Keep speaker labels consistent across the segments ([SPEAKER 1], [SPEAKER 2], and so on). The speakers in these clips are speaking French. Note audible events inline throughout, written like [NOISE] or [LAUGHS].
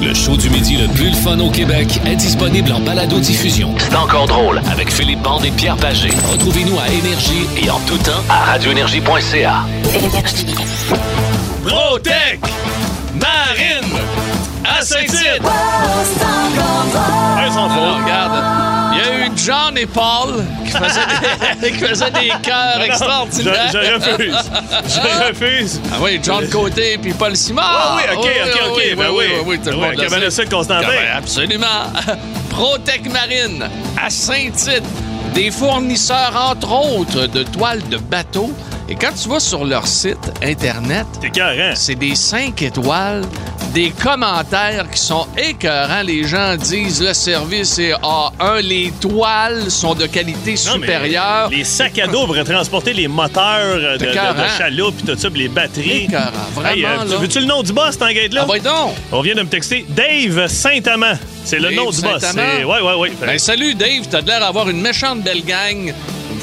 [SPEAKER 1] l'après-midi le plus fun au Québec est disponible en balado-diffusion. C'est encore drôle avec Philippe Bande et Pierre Pagé. Retrouvez-nous à Énergie et en tout temps à radioénergie.ca.
[SPEAKER 2] Brotec, Marine, à Saint-Tite.
[SPEAKER 3] Alors,
[SPEAKER 2] regarde, il y a eu John et Paul qui faisaient des, [LAUGHS] qui faisaient des [LAUGHS] cœurs extraordinaires.
[SPEAKER 3] Je, je refuse. Je refuse.
[SPEAKER 2] Ah oui, John Côté puis Paul Simard.
[SPEAKER 3] Ah oui, ok, ok, ok.
[SPEAKER 2] oui,
[SPEAKER 3] ben oui.
[SPEAKER 2] oui, oui, tout le monde le sait.
[SPEAKER 3] Cabanossi, Constantin.
[SPEAKER 2] Ah ben, absolument. [LAUGHS] Protec Marine, à Saint-Tite, des fournisseurs, entre autres, de toiles de bateau. Et quand tu vas sur leur site Internet,
[SPEAKER 3] T'es carré. hein?
[SPEAKER 2] c'est des 5 étoiles, des commentaires qui sont écœurants. Les gens disent le service est A1, les toiles sont de qualité supérieure.
[SPEAKER 3] Les sacs à dos pour transporter les moteurs euh, de,
[SPEAKER 2] C'est
[SPEAKER 3] de,
[SPEAKER 2] carré.
[SPEAKER 3] de chaloupe puis tout ça, puis les batteries.
[SPEAKER 2] Écœurant, vraiment,
[SPEAKER 3] Hey, euh,
[SPEAKER 2] là.
[SPEAKER 3] Veux-tu le nom du boss, t'en gate
[SPEAKER 2] Ah,
[SPEAKER 3] là?
[SPEAKER 2] va donc!
[SPEAKER 3] On vient de me texter Dave Saint-Amand. C'est le
[SPEAKER 2] Dave
[SPEAKER 3] nom du boss.
[SPEAKER 2] Saint-Amand.
[SPEAKER 3] C'est- Ouais, ouais, ouais.
[SPEAKER 2] Ben, salut Dave, t'as de l'air d'avoir une méchante belle gang.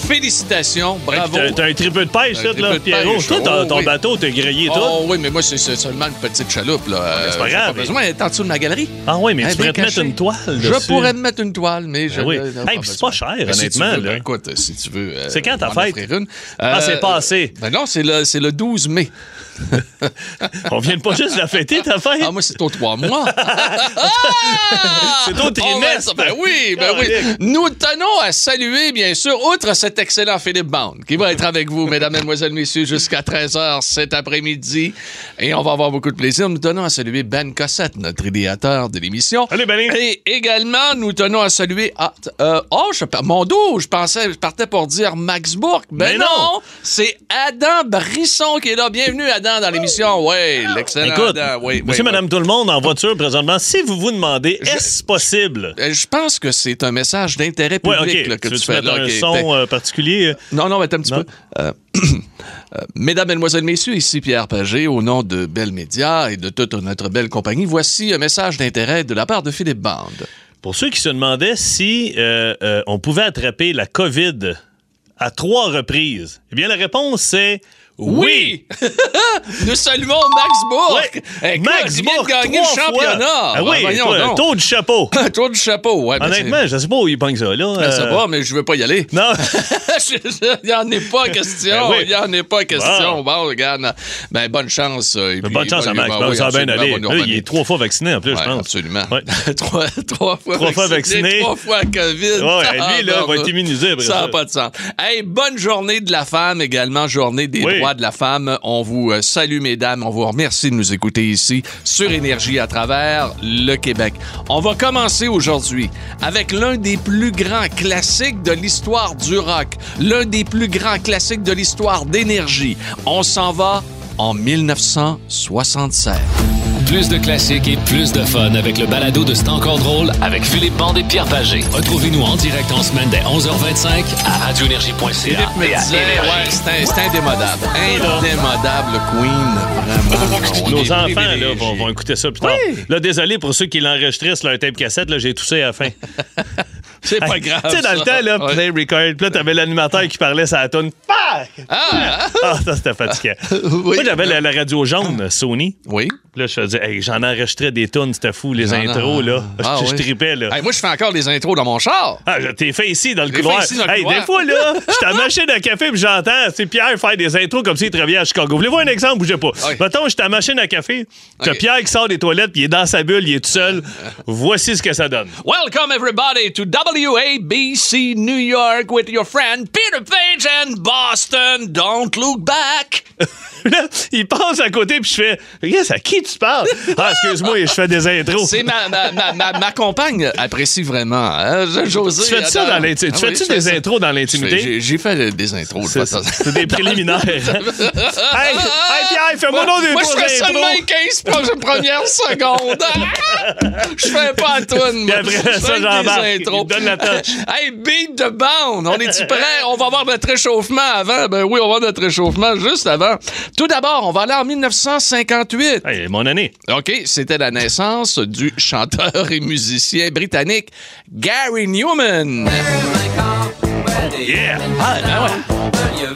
[SPEAKER 2] Félicitations, bravo.
[SPEAKER 3] Ben, T'as- T'as un triple de pêche,
[SPEAKER 2] Un
[SPEAKER 3] tout,
[SPEAKER 2] triple
[SPEAKER 3] là,
[SPEAKER 2] de
[SPEAKER 3] Pierrot.
[SPEAKER 2] pêche,
[SPEAKER 3] Toi, ton,
[SPEAKER 2] oh,
[SPEAKER 3] ton
[SPEAKER 2] oui.
[SPEAKER 3] bateau, t'es grillé tout.
[SPEAKER 2] Oh oui, mais moi, c'est c'est seulement une petite chaloupe. là.
[SPEAKER 3] Ah, ben, c'est pas
[SPEAKER 2] Euh, j'ai
[SPEAKER 3] grave.
[SPEAKER 2] Pas besoin, elle est en dessous de ma galerie.
[SPEAKER 3] Ah oui, mais
[SPEAKER 2] Elle est
[SPEAKER 3] tu pourrais
[SPEAKER 2] bien
[SPEAKER 3] te mettre
[SPEAKER 2] cachée.
[SPEAKER 3] une toile
[SPEAKER 2] Je
[SPEAKER 3] dessus. Ben
[SPEAKER 2] pourrais me mettre une toile, mais je.
[SPEAKER 3] oui.
[SPEAKER 2] euh,
[SPEAKER 3] Hey,
[SPEAKER 2] pas
[SPEAKER 3] puis c'est pas
[SPEAKER 2] besoin.
[SPEAKER 3] cher,
[SPEAKER 2] Mais si tu
[SPEAKER 3] honnêtement,
[SPEAKER 2] veux,
[SPEAKER 3] là.
[SPEAKER 2] ben, écoute, euh, si tu veux. euh,
[SPEAKER 3] C'est quand ta
[SPEAKER 2] m'en
[SPEAKER 3] fête?
[SPEAKER 2] offrir une.
[SPEAKER 3] Ah, c'est passé.
[SPEAKER 2] Ben non, c'est le, c'est le 12 mai.
[SPEAKER 3] On vient de pas juste la fêter,
[SPEAKER 2] [LAUGHS]
[SPEAKER 3] ta fête.
[SPEAKER 2] Ah, moi, c'est au 3
[SPEAKER 3] [LAUGHS]
[SPEAKER 2] mois.
[SPEAKER 3] Ah! C'est au trimestre.
[SPEAKER 2] On va- Ben oui, ben oui.
[SPEAKER 3] Calique.
[SPEAKER 2] Nous tenons à saluer, bien sûr, outre cet excellent Philippe Bande, qui va être avec vous, mesdames, mesdemoiselles, messieurs, jusqu'à 13h cet après-midi. Et on va avoir beaucoup de plaisir. Nous tenons à saluer Ben Cossette, notre idéateur de l'émission.
[SPEAKER 3] Allez, Benny.
[SPEAKER 2] Et également, nous tenons à saluer. Ah, t- euh, oh, je, par- mon dos, je pensais, je partais pour dire Max Bourque. Ben
[SPEAKER 3] Mais
[SPEAKER 2] non,
[SPEAKER 3] non.
[SPEAKER 2] c'est Adam Brisson qui est là. Bienvenue, Adam, dans l'émission. Oui, l'excellent
[SPEAKER 3] Écoute,
[SPEAKER 2] Adam. euh, Oui, oui,
[SPEAKER 3] monsieur,
[SPEAKER 2] oui.
[SPEAKER 3] madame, tout le monde en voiture présentement, si vous vous demandez, est-ce possible?
[SPEAKER 2] Euh, Je pense que c'est un message d'intérêt
[SPEAKER 3] Oui,
[SPEAKER 2] public
[SPEAKER 3] OK.
[SPEAKER 2] là, que tu,
[SPEAKER 3] tu veux-tu
[SPEAKER 2] fais
[SPEAKER 3] mettre
[SPEAKER 2] là.
[SPEAKER 3] un
[SPEAKER 2] ok.
[SPEAKER 3] son euh, particulier?
[SPEAKER 2] Non, non, mais attends un petit
[SPEAKER 3] Non.
[SPEAKER 2] peu. Euh, [CLEARS THROAT] euh, mesdames, Mesdemoiselles, Messieurs, ici Pierre Pagé, au nom de Belle Média et de toute notre belle compagnie, voici un message d'intérêt de la part de Philippe Bande.
[SPEAKER 3] Pour ceux qui se demandaient si euh, euh, on pouvait attraper la COVID à trois reprises, eh bien, la réponse, c'est oui!
[SPEAKER 2] [LAUGHS] Nous saluons Max Bourque!
[SPEAKER 3] Ouais.
[SPEAKER 2] Écoute,
[SPEAKER 3] Max
[SPEAKER 2] Oh, il vient de
[SPEAKER 3] Bourque,
[SPEAKER 2] gagner le
[SPEAKER 3] trois fois.
[SPEAKER 2] championnat!
[SPEAKER 3] Ah oui,
[SPEAKER 2] voyons
[SPEAKER 3] toi,
[SPEAKER 2] donc.
[SPEAKER 3] taux
[SPEAKER 2] [LAUGHS]
[SPEAKER 3] du chapeau.
[SPEAKER 2] Tour du chapeau, ouais. ben,
[SPEAKER 3] Honnêtement, je sais pas où il pogne ça, là.
[SPEAKER 2] c'est- ben,
[SPEAKER 3] euh,
[SPEAKER 2] ça va, mais je veux pas y aller. [LAUGHS]
[SPEAKER 3] Non,
[SPEAKER 2] il n'y en est pas question.
[SPEAKER 3] Ben oui.
[SPEAKER 2] Il n'y en est pas question.
[SPEAKER 3] Bon.
[SPEAKER 2] Bon, regarde. Ben, bonne chance. euh, et puis,
[SPEAKER 3] bonne chance à Max.
[SPEAKER 2] ben
[SPEAKER 3] Ben,
[SPEAKER 2] oui,
[SPEAKER 3] ça va bien
[SPEAKER 2] absolument,
[SPEAKER 3] aller.
[SPEAKER 2] bonne
[SPEAKER 3] Là, il
[SPEAKER 2] journée.
[SPEAKER 3] est trois fois vacciné, en plus,
[SPEAKER 2] Ouais,
[SPEAKER 3] je pense.
[SPEAKER 2] Absolument.
[SPEAKER 3] Ouais.
[SPEAKER 2] [LAUGHS] trois, trois fois
[SPEAKER 3] Trois fois vacciné.
[SPEAKER 2] Trois fois COVID.
[SPEAKER 3] Ouais, lui, là,
[SPEAKER 2] Ah,
[SPEAKER 3] va
[SPEAKER 2] non,
[SPEAKER 3] être immunisé après
[SPEAKER 2] ça
[SPEAKER 3] ça.
[SPEAKER 2] n'a pas de sens. Hey, bonne journée de la femme également, journée des
[SPEAKER 3] Oui.
[SPEAKER 2] droits de la femme. On vous euh, salue, mesdames. On vous remercie de nous écouter ici sur Énergie à travers le Québec. On va commencer aujourd'hui avec l'un des plus grands classiques de l'histoire du rock, l'un des plus grands classiques de l'histoire d'énergie. On s'en va en 1967.
[SPEAKER 1] Plus de classiques et plus de fun avec le balado de C'est encore drôle avec Philippe Bande et Pierre Pagé. Retrouvez-nous en direct en semaine dès 11h25 à radioénergie.ca.
[SPEAKER 2] Philippe me
[SPEAKER 1] et à
[SPEAKER 2] disait, ouais,
[SPEAKER 1] Énergie.
[SPEAKER 2] Ah, c'est un- c'est indémodable. Indémodable, Queen, vraiment.
[SPEAKER 3] Nos enfants là, vont, vont écouter ça plus tard. Là, désolé pour ceux qui l'enregistrissent, leur tape cassette, là, j'ai toussé à
[SPEAKER 2] [LAUGHS]
[SPEAKER 3] la fin.
[SPEAKER 2] [LAUGHS] C'est pas
[SPEAKER 3] Hey,
[SPEAKER 2] grave.
[SPEAKER 3] Tu sais, dans le
[SPEAKER 2] ça.
[SPEAKER 3] temps, là,
[SPEAKER 2] Ouais.
[SPEAKER 3] play record, puis là, t'avais l'animateur qui parlait sa toune. Pac!
[SPEAKER 2] [LAUGHS] Ah, ah,
[SPEAKER 3] Ah, ça, c'était fatigant.
[SPEAKER 2] Oui.
[SPEAKER 3] Moi, j'avais la, la radio jaune, Sony.
[SPEAKER 2] oui.
[SPEAKER 3] Là, je faisais, hey, j'en enregistrais des tunes, c'était fou, les
[SPEAKER 2] J'en ai-
[SPEAKER 3] intros, là.
[SPEAKER 2] Ah,
[SPEAKER 3] je, je
[SPEAKER 2] oui.
[SPEAKER 3] tripais, là.
[SPEAKER 2] Hey, moi, je fais encore des intros dans mon char.
[SPEAKER 3] Ah, je t'ai fait ici dans le
[SPEAKER 2] Je l'ai
[SPEAKER 3] couloir.
[SPEAKER 2] fait ici, dans le
[SPEAKER 3] Hey,
[SPEAKER 2] couloir.
[SPEAKER 3] des fois, là, je suis à la machine à café puis j'entends c'est Pierre faire des intros comme s'il travaillait à Chicago. Voulez-vous un exemple? Bougez pas. Mettons, je suis à la machine à café. T'as
[SPEAKER 2] Ok.
[SPEAKER 3] Pierre qui sort des toilettes puis il est dans sa bulle, il est tout seul. Voici ce que ça donne. [LAUGHS]
[SPEAKER 2] Welcome, everybody, to WABC New York with your friend Peter Page and Boston. Don't look back.
[SPEAKER 3] Là, il passe à côté puis je fais Yes, à qui tu parles? Ah, excuse-moi, je fais des
[SPEAKER 2] [LAUGHS]
[SPEAKER 3] intros.
[SPEAKER 2] C'est ma, ma, ma, ma, ma compagne apprécie vraiment. hein, José,
[SPEAKER 3] Tu fais-tu ça
[SPEAKER 2] attends.
[SPEAKER 3] dans l'inti-
[SPEAKER 2] Ah
[SPEAKER 3] tu
[SPEAKER 2] oui,
[SPEAKER 3] fais-tu
[SPEAKER 2] je fais
[SPEAKER 3] des
[SPEAKER 2] ça.
[SPEAKER 3] intros dans
[SPEAKER 2] Je fais-
[SPEAKER 3] l'intimité?
[SPEAKER 2] J'ai j'ai fait des intros.
[SPEAKER 3] C'est
[SPEAKER 2] de temps en temps. [LAUGHS]
[SPEAKER 3] c'est des préliminaires. hey, hey, Pierre, fais-moi donc des
[SPEAKER 2] Moi,
[SPEAKER 3] trois
[SPEAKER 2] je fais
[SPEAKER 3] intros.
[SPEAKER 2] seulement 15 pro- premières
[SPEAKER 3] [LAUGHS]
[SPEAKER 2] secondes. Ah! Je fais pas à toune, moi.
[SPEAKER 3] Puis
[SPEAKER 2] Je
[SPEAKER 3] après
[SPEAKER 2] fais
[SPEAKER 3] ça,
[SPEAKER 2] que des
[SPEAKER 3] j'embarque.
[SPEAKER 2] intros.
[SPEAKER 3] Il me donne la touche.
[SPEAKER 2] hey, beat de bande. On est-tu prêts? On va avoir notre réchauffement avant. Ben oui, on va avoir notre réchauffement juste avant. Tout d'abord, on va aller en 1958.
[SPEAKER 3] Hey, mon année.
[SPEAKER 2] OK, c'était la naissance du chanteur et musicien britannique Gary Newman.
[SPEAKER 3] Yeah!
[SPEAKER 2] Ah, ben ouais.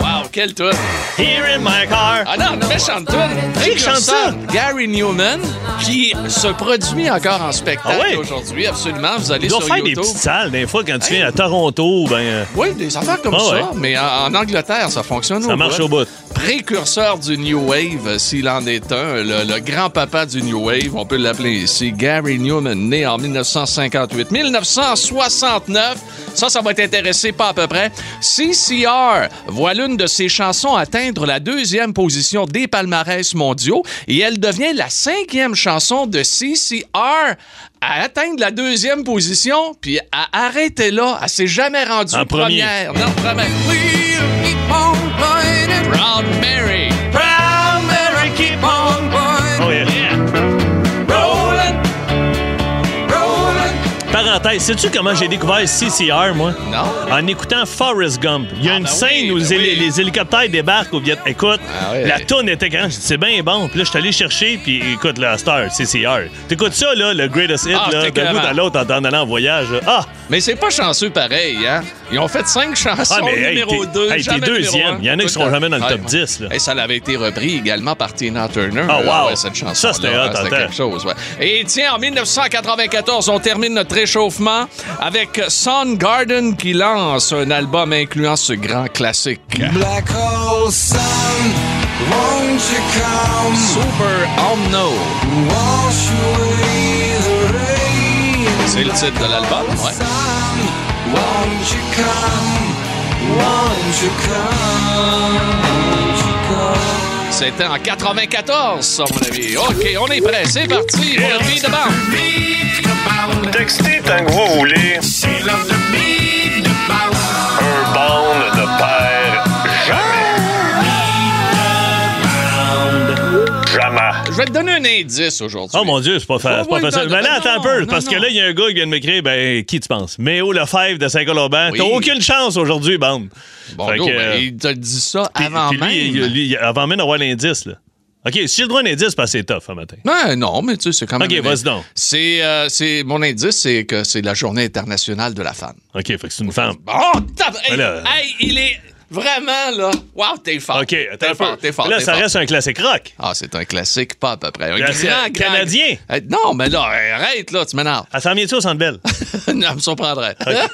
[SPEAKER 2] Wow, Quelle toune?
[SPEAKER 3] Here in my car.
[SPEAKER 2] Ah non, méchante toune.
[SPEAKER 3] Qui chante ça?
[SPEAKER 2] Gary Newman, qui se produit encore en spectacle
[SPEAKER 3] Ah ouais?
[SPEAKER 2] aujourd'hui. Absolument, vous allez
[SPEAKER 3] Ils doivent
[SPEAKER 2] sur
[SPEAKER 3] faire des
[SPEAKER 2] YouTube.
[SPEAKER 3] petites salles des fois quand tu
[SPEAKER 2] Hey.
[SPEAKER 3] viens à Toronto, ben euh,
[SPEAKER 2] Oui, des affaires comme
[SPEAKER 3] Ah
[SPEAKER 2] ça,
[SPEAKER 3] ouais.
[SPEAKER 2] mais en, en Angleterre, ça fonctionne
[SPEAKER 3] ça marche au bout.
[SPEAKER 2] Précurseur du New Wave, euh, s'il en est un, le, le grand-papa du New Wave, on peut l'appeler ici, Gary Newman, né en 1958. 1969, ça, ça va t'intéresser pas à peu près. CCR voit l'une de ses chansons atteindre la deuxième position des palmarès mondiaux et elle devient la cinquième chanson de CCR à atteindre la deuxième position, puis à arrêter là. Elle s'est jamais rendue
[SPEAKER 3] En premier.
[SPEAKER 2] première. Non, première. We'll keep on burning round Mary.
[SPEAKER 3] Oh, yeah. Parenthèse, sais-tu comment j'ai découvert CCR, moi?
[SPEAKER 2] Non?
[SPEAKER 3] En écoutant Forrest Gump, il y a
[SPEAKER 2] Ah,
[SPEAKER 3] une
[SPEAKER 2] ben
[SPEAKER 3] scène
[SPEAKER 2] oui,
[SPEAKER 3] où
[SPEAKER 2] ben
[SPEAKER 3] les, héli-
[SPEAKER 2] oui.
[SPEAKER 3] les hélicoptères débarquent au Viet. Écoute,
[SPEAKER 2] Ah ouais.
[SPEAKER 3] la toune était quand j'ai dit, c'est bien bon. Puis là, je suis allé chercher, puis écoute, la star, CCR. T'écoutes ça, là, le greatest hit,
[SPEAKER 2] Ah,
[SPEAKER 3] là,
[SPEAKER 2] c'était
[SPEAKER 3] d'un bout
[SPEAKER 2] écœurant.
[SPEAKER 3] à l'autre en t'en allant en voyage. là. Ah!
[SPEAKER 2] Mais c'est pas chanceux pareil, hein? Ils ont fait cinq chansons
[SPEAKER 3] Ah, mais, hey,
[SPEAKER 2] numéro
[SPEAKER 3] t'es-
[SPEAKER 2] 2.
[SPEAKER 3] hey, t'es deuxième. Il y en a qui seront jamais dans le top 10, là.
[SPEAKER 2] ça l'avait été repris également par Tina Turner.
[SPEAKER 3] Ah,
[SPEAKER 2] là,
[SPEAKER 3] wow.
[SPEAKER 2] cette chanson
[SPEAKER 3] Ça, c'était hot, attends.
[SPEAKER 2] quelque chose, ouais. Et tiens, en 1994, on termine notre réchauffement avec Soundgarden qui lance un album incluant ce grand classique.
[SPEAKER 4] Black hole sun, won't you come?
[SPEAKER 2] Super Unknown.
[SPEAKER 4] Wash away the rain.
[SPEAKER 2] C'est le titre de l'album, ouais.
[SPEAKER 4] Sun, won't you come? Won't you come? Won't you come?
[SPEAKER 2] C'était en 94, ça, à mon avis. OK, on est prêt, c'est parti pour le beat de bande.
[SPEAKER 5] Textez tant que vous voulez. Un bande de père jamais. Jamais.
[SPEAKER 2] Je vais te donner un indice aujourd'hui.
[SPEAKER 3] Oh mon Dieu, c'est pas, fa-
[SPEAKER 2] Oh,
[SPEAKER 3] c'est pas
[SPEAKER 2] oui,
[SPEAKER 3] facile.
[SPEAKER 2] non,
[SPEAKER 3] Mais là,
[SPEAKER 2] non,
[SPEAKER 3] attends un
[SPEAKER 2] non,
[SPEAKER 3] peu,
[SPEAKER 2] non,
[SPEAKER 3] parce que
[SPEAKER 2] non.
[SPEAKER 3] là, il y a un gars qui vient de m'écrire, ben, qui tu penses? Méo Lefebvre de Saint-Colomban.
[SPEAKER 2] Oui.
[SPEAKER 3] T'as aucune chance aujourd'hui, bande.
[SPEAKER 2] Bon,
[SPEAKER 3] Fait
[SPEAKER 2] yo,
[SPEAKER 3] que,
[SPEAKER 2] ben,
[SPEAKER 3] euh,
[SPEAKER 2] il te dit ça
[SPEAKER 3] Puis-
[SPEAKER 2] avant
[SPEAKER 3] puis
[SPEAKER 2] même.
[SPEAKER 3] lui, il- lui, il- avant même d'avoir l'indice, là. OK, si j'ai le droit à un indice, parce que c'est tough, un matin.
[SPEAKER 2] Ben, non, mais tu sais, c'est quand même.
[SPEAKER 3] OK, vas-y donc.
[SPEAKER 2] C'est, euh, c'est, mon indice, c'est que c'est la journée internationale de la femme.
[SPEAKER 3] OK, fait que c'est une femme.
[SPEAKER 2] Oh, tape! Hey,
[SPEAKER 3] Voilà.
[SPEAKER 2] hey, il est vraiment là. Wow, t'es fort.
[SPEAKER 3] OK,
[SPEAKER 2] t'es
[SPEAKER 3] attends un
[SPEAKER 2] fort,
[SPEAKER 3] peu.
[SPEAKER 2] t'es fort.
[SPEAKER 3] Là,
[SPEAKER 2] t'es
[SPEAKER 3] ça
[SPEAKER 2] fort.
[SPEAKER 3] reste un classique rock.
[SPEAKER 2] Ah, c'est un classique, pas à peu près. Un
[SPEAKER 3] Classique
[SPEAKER 2] grand, grand-
[SPEAKER 3] canadien.
[SPEAKER 2] Eh, non, mais là, arrête, là, tu m'énerves. [LAUGHS]
[SPEAKER 3] Elle s'en vient-tu au Centre Bell?
[SPEAKER 2] non, me surprendrait.
[SPEAKER 3] Elle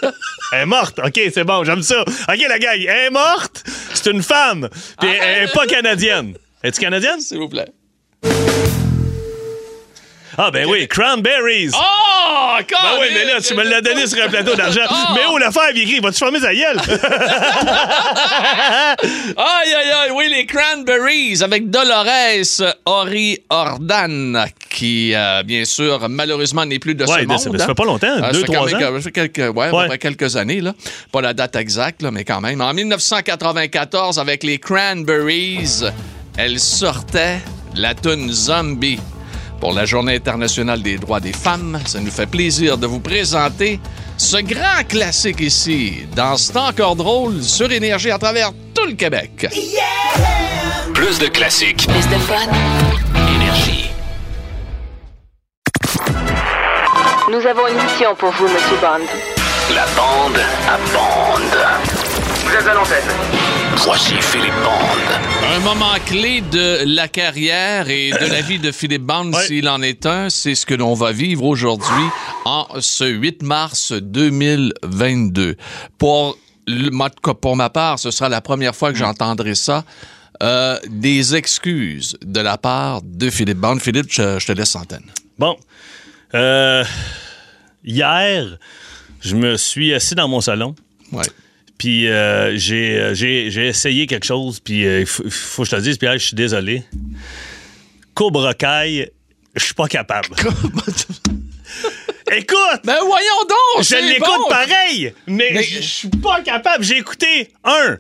[SPEAKER 3] est morte. OK, c'est bon, j'aime ça. OK, la gang, elle est morte. C'est une femme. Puis elle-
[SPEAKER 2] [LAUGHS]
[SPEAKER 3] elle est pas canadienne. Es-tu
[SPEAKER 2] [LAUGHS]
[SPEAKER 3] canadienne?
[SPEAKER 2] S'il vous plaît.
[SPEAKER 3] Ah, ben oui, Cranberries.
[SPEAKER 2] Oh, quand
[SPEAKER 3] Ah oui, mais là, tu me l'as donné sur un plateau d'argent.
[SPEAKER 2] Ah!
[SPEAKER 3] Mais oh, l'affaire, il écrit, vas-tu fermer sa gueule? [LAUGHS]
[SPEAKER 2] Aïe, aïe, aïe, oui, les Cranberries avec Dolores Ori Ordan, qui, euh, bien sûr, malheureusement, n'est plus de ce
[SPEAKER 3] Ouais,
[SPEAKER 2] monde.
[SPEAKER 3] ça- ça fait pas longtemps,
[SPEAKER 2] Ah, ça
[SPEAKER 3] deux,
[SPEAKER 2] fait quand
[SPEAKER 3] trois
[SPEAKER 2] même
[SPEAKER 3] ans.
[SPEAKER 2] que- ça fait quelques, ouais, à peu
[SPEAKER 3] Ouais.
[SPEAKER 2] près quelques années, là. Pas la date exacte, là, mais quand même. En 1994, avec les Cranberries, elle sortait la tune Zombie. Pour la Journée internationale des droits des femmes, ça nous fait plaisir de vous présenter ce grand classique ici, dans C'est encore drôle, sur Énergie à travers tout le Québec.
[SPEAKER 1] Plus de classiques,
[SPEAKER 6] Plus de fun.
[SPEAKER 1] énergie.
[SPEAKER 6] Nous avons une mission pour vous, Monsieur Bond.
[SPEAKER 1] La bande à bande.
[SPEAKER 7] Vous êtes à l'antenne.
[SPEAKER 1] Voici Philippe Bande.
[SPEAKER 2] Un moment clé de la carrière et de la vie de Philippe Bond,
[SPEAKER 3] Ouais.
[SPEAKER 2] s'il en est un, c'est ce que l'on va vivre aujourd'hui en ce 8 mars 2022. Pour, le- en tout cas, pour ma part, ce sera la première fois que j'entendrai ça. euh, des excuses de la part de Philippe Bond. Philippe, je, je te laisse centaine.
[SPEAKER 3] Bon. Euh, hier, je me suis assis dans mon salon,
[SPEAKER 2] Ouais.
[SPEAKER 3] puis euh, j'ai, euh, j'ai, j'ai essayé quelque chose, puis euh, il faut, il faut que je te le dise, puis je suis désolé. Cobra Kai, je suis pas capable. Écoute!
[SPEAKER 2] Ben voyons donc!
[SPEAKER 3] Je l'écoute pareil, Oh, mais,
[SPEAKER 2] Mais-
[SPEAKER 3] je je suis pas capable. J'ai écouté un,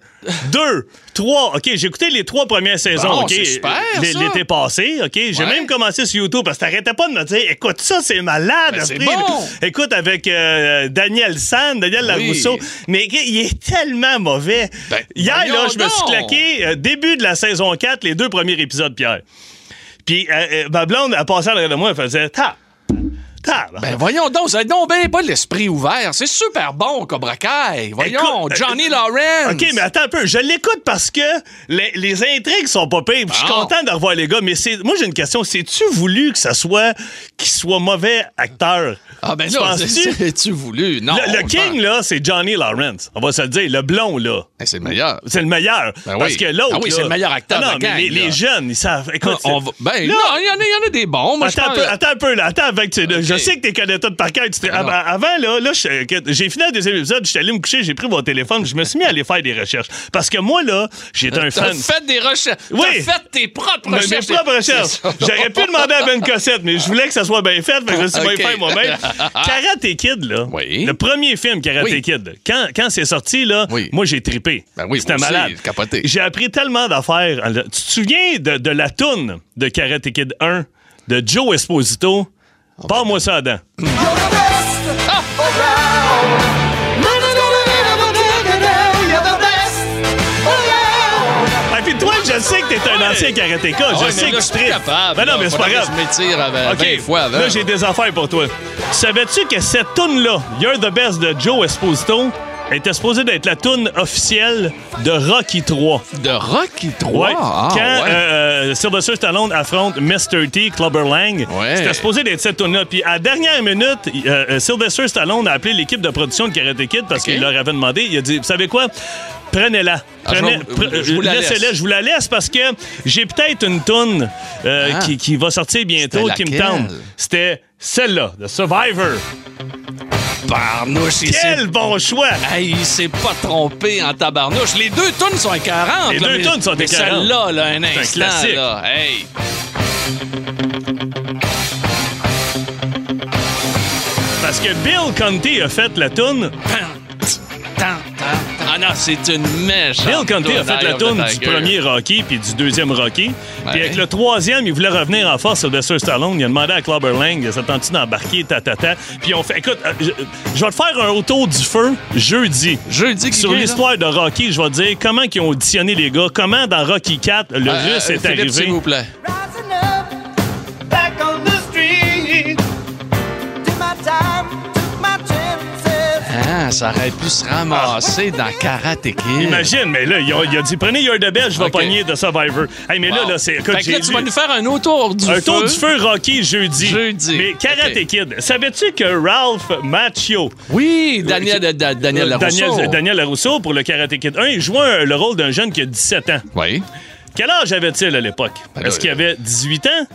[SPEAKER 3] deux, trois. OK, j'ai écouté les trois premières saisons.
[SPEAKER 2] Bon,
[SPEAKER 3] OK,
[SPEAKER 2] c'est super,
[SPEAKER 3] L-
[SPEAKER 2] ça.
[SPEAKER 3] L'été passé, OK. J'ai
[SPEAKER 2] Ouais.
[SPEAKER 3] même commencé sur YouTube parce que t'arrêtais pas de me dire écoute ça, c'est malade.
[SPEAKER 2] Ben, c'est
[SPEAKER 3] Astrid.
[SPEAKER 2] bon.
[SPEAKER 3] Écoute avec euh, Daniel San, Daniel
[SPEAKER 2] Oui.
[SPEAKER 3] Larousseau. Mais que- il est tellement mauvais.
[SPEAKER 2] Ben,
[SPEAKER 3] Hier, là,
[SPEAKER 2] voyons
[SPEAKER 3] je me suis
[SPEAKER 2] donc.
[SPEAKER 3] claqué euh, début de la saison 4, les deux premiers épisodes, Pierre. Puis euh, euh, ma blonde, elle passait à l'arrière de moi, elle faisait Ta! Tabarnak.
[SPEAKER 2] Ben voyons donc, vous avez donc ben pas l'esprit ouvert. C'est super bon, Cobra Kai. Voyons,
[SPEAKER 3] Écoute, euh,
[SPEAKER 2] Johnny Lawrence.
[SPEAKER 3] OK, mais attends un peu. Je l'écoute parce que les, les intrigues sont pas pires. puis Je suis
[SPEAKER 2] Bon.
[SPEAKER 3] content de revoir les gars, mais c'est moi, j'ai une question. C'est-tu voulu que ça soit qu'ils soient mauvais acteurs?
[SPEAKER 2] Ah ben
[SPEAKER 3] Tu
[SPEAKER 2] là, [LAUGHS]
[SPEAKER 3] penses-tu?
[SPEAKER 2] c'est-tu voulu? Non.
[SPEAKER 3] le, le
[SPEAKER 2] je
[SPEAKER 3] king,
[SPEAKER 2] pense-
[SPEAKER 3] là, c'est Johnny Lawrence. On va se le dire. Le blond, là.
[SPEAKER 2] Eh, c'est le meilleur.
[SPEAKER 3] C'est le meilleur.
[SPEAKER 2] Ben oui.
[SPEAKER 3] Parce que l'autre.
[SPEAKER 2] Ah oui,
[SPEAKER 3] là-
[SPEAKER 2] c'est le meilleur acteur
[SPEAKER 3] Ah non,
[SPEAKER 2] de la
[SPEAKER 3] mais les,
[SPEAKER 2] gang,
[SPEAKER 3] les
[SPEAKER 2] là.
[SPEAKER 3] jeunes, ils savent. Écoute,
[SPEAKER 2] On
[SPEAKER 3] c'est-
[SPEAKER 2] va- Ben
[SPEAKER 3] Là,
[SPEAKER 2] non, il y, en a- il y en a des bons. Moi, je
[SPEAKER 3] Attends un,
[SPEAKER 2] pense-
[SPEAKER 3] peu, attends un peu, là. Attends, avant que tu- Je
[SPEAKER 2] Ok.
[SPEAKER 3] sais que t'es connais tout par cœur. tu te-
[SPEAKER 2] Ah non.
[SPEAKER 3] avant- Avant, là, là je- que- j'ai fini le deuxième épisode, je suis allé me coucher, j'ai pris mon téléphone, je me suis mis à aller faire des recherches. Parce que moi, là, j'étais un
[SPEAKER 2] T'as
[SPEAKER 3] fan.
[SPEAKER 2] fait des recherches.
[SPEAKER 3] Oui.
[SPEAKER 2] T'as fait tes propres
[SPEAKER 3] Mais mes
[SPEAKER 2] recherches.
[SPEAKER 3] propres recherches.
[SPEAKER 2] C'est ça.
[SPEAKER 3] J'aurais pu demander à Ben Cossette, mais je voulais que ça soit bien fait, mais je me suis
[SPEAKER 2] Ok.
[SPEAKER 3] bien fait
[SPEAKER 2] [LAUGHS]
[SPEAKER 3] moi-même. Karate Kid, là.
[SPEAKER 2] Oui.
[SPEAKER 3] Le premier film Karate
[SPEAKER 2] Oui.
[SPEAKER 3] Kid. Quand, quand c'est sorti, là,
[SPEAKER 2] Oui.
[SPEAKER 3] moi, j'ai trippé.
[SPEAKER 2] Ben oui,
[SPEAKER 3] C'était
[SPEAKER 2] moi aussi,
[SPEAKER 3] malade.
[SPEAKER 2] j'ai capoté.
[SPEAKER 3] J'ai appris tellement d'affaires. Tu te souviens de, de la toune de Karate Kid 1 de Joe Esposito?
[SPEAKER 2] Oh, ben
[SPEAKER 3] Parle-moi ça, Adam. Ah, puis toi, je sais que t'es un ancien karatéka. Je
[SPEAKER 2] Ah Ouais, mais
[SPEAKER 3] sais
[SPEAKER 2] là,
[SPEAKER 3] que
[SPEAKER 2] je
[SPEAKER 3] tu
[SPEAKER 2] suis plus
[SPEAKER 3] tripes.
[SPEAKER 2] capable.
[SPEAKER 3] Ben non,
[SPEAKER 2] là.
[SPEAKER 3] mais c'est pas
[SPEAKER 2] Faudrait que
[SPEAKER 3] grave.
[SPEAKER 2] Je m'étire avant- 20 Euh, fois avant.
[SPEAKER 3] Là, j'ai des affaires pour toi. Savais-tu que cette toune-là, You're the Best de Joe Esposito, était supposée d'être la toune officielle de Rocky 3.
[SPEAKER 2] De Rocky 3.
[SPEAKER 3] Ouais.
[SPEAKER 2] Ah,
[SPEAKER 3] Quand
[SPEAKER 2] ouais.
[SPEAKER 3] euh, Sylvester Stallone affronte Mr. T, Clubber Lang,
[SPEAKER 2] Ouais.
[SPEAKER 3] c'était supposé d'être cette tournée. Puis à la dernière minute, euh, euh, Sylvester Stallone a appelé l'équipe de production de Karate Kid parce
[SPEAKER 2] Ok.
[SPEAKER 3] qu'il leur avait demandé. Il a dit, vous savez quoi? Prenez-la.
[SPEAKER 2] Ah, je
[SPEAKER 3] Prenez-
[SPEAKER 2] vais-
[SPEAKER 3] pre-
[SPEAKER 2] je vous la
[SPEAKER 3] laissez-la.
[SPEAKER 2] laisse.
[SPEAKER 3] Je vous la laisse parce que j'ai peut-être une toune euh,
[SPEAKER 2] Ah.
[SPEAKER 3] qui, qui va sortir bientôt
[SPEAKER 2] C'était
[SPEAKER 3] qui me
[SPEAKER 2] laquelle?
[SPEAKER 3] tente. C'était celle-là, The Survivor.
[SPEAKER 2] Barnouche, il s'est-
[SPEAKER 3] Quel bon choix!
[SPEAKER 2] Hey, il s'est pas trompé en tabarnouche. Les deux tonnes sont écœurantes.
[SPEAKER 3] Les
[SPEAKER 2] là,
[SPEAKER 3] deux
[SPEAKER 2] mais-
[SPEAKER 3] tunes sont
[SPEAKER 2] mais
[SPEAKER 3] écœurantes.
[SPEAKER 2] Celle-là, là, un
[SPEAKER 3] un
[SPEAKER 2] instant.
[SPEAKER 3] classique.
[SPEAKER 2] Là. Hey.
[SPEAKER 3] Parce que Bill Conti a fait la toune.
[SPEAKER 2] Ah non, c'est une mèche.
[SPEAKER 3] Bill Conti a fait la tourne du premier Rocky puis du deuxième Rocky. Puis avec le troisième, il voulait revenir en force sur Sylvester Stallone. Il a demandé à Clubber Lang, il a tenté d'embarquer, ta, ta, ta. Puis on fait, écoute, euh, je, je vais te faire un autour du feu jeudi.
[SPEAKER 2] Jeudi qui
[SPEAKER 3] Sur
[SPEAKER 2] vient,
[SPEAKER 3] l'histoire de Rocky, je vais te dire comment ils ont auditionné les gars, comment dans Rocky 4, le
[SPEAKER 2] là. Euh,
[SPEAKER 3] russe
[SPEAKER 2] euh,
[SPEAKER 3] est
[SPEAKER 2] Philippe, S'il
[SPEAKER 3] arrivé.
[SPEAKER 2] vous plaît. Ah, ça aurait pu se ramasser
[SPEAKER 3] Ah.
[SPEAKER 2] dans Karate Kid.
[SPEAKER 3] Imagine, mais là, il a, il a dit prenez You're the best, je vais
[SPEAKER 2] Ok.
[SPEAKER 3] pogner de Survivor. Hey, mais là,
[SPEAKER 2] Wow.
[SPEAKER 3] là, c'est. écoute,
[SPEAKER 2] Fait que là,
[SPEAKER 3] j'ai
[SPEAKER 2] tu
[SPEAKER 3] lu-
[SPEAKER 2] vas nous faire un autour du
[SPEAKER 3] Un
[SPEAKER 2] feu.
[SPEAKER 3] tour du feu Rocky jeudi.
[SPEAKER 2] Jeudi.
[SPEAKER 3] Mais Karate
[SPEAKER 2] Ok.
[SPEAKER 3] Kid, savais-tu que Ralph Macchio,
[SPEAKER 2] Oui, Daniel, euh, da- Daniel
[SPEAKER 3] euh,
[SPEAKER 2] Larousseau.
[SPEAKER 3] Daniel, Daniel Larousseau pour le Karate Kid 1, il jouait un- le rôle d'un jeune qui a 17 ans.
[SPEAKER 2] Oui.
[SPEAKER 3] Quel âge avait-il à l'époque?
[SPEAKER 2] Ben là,
[SPEAKER 3] Est-ce qu'il
[SPEAKER 2] euh,
[SPEAKER 3] avait 18 ans,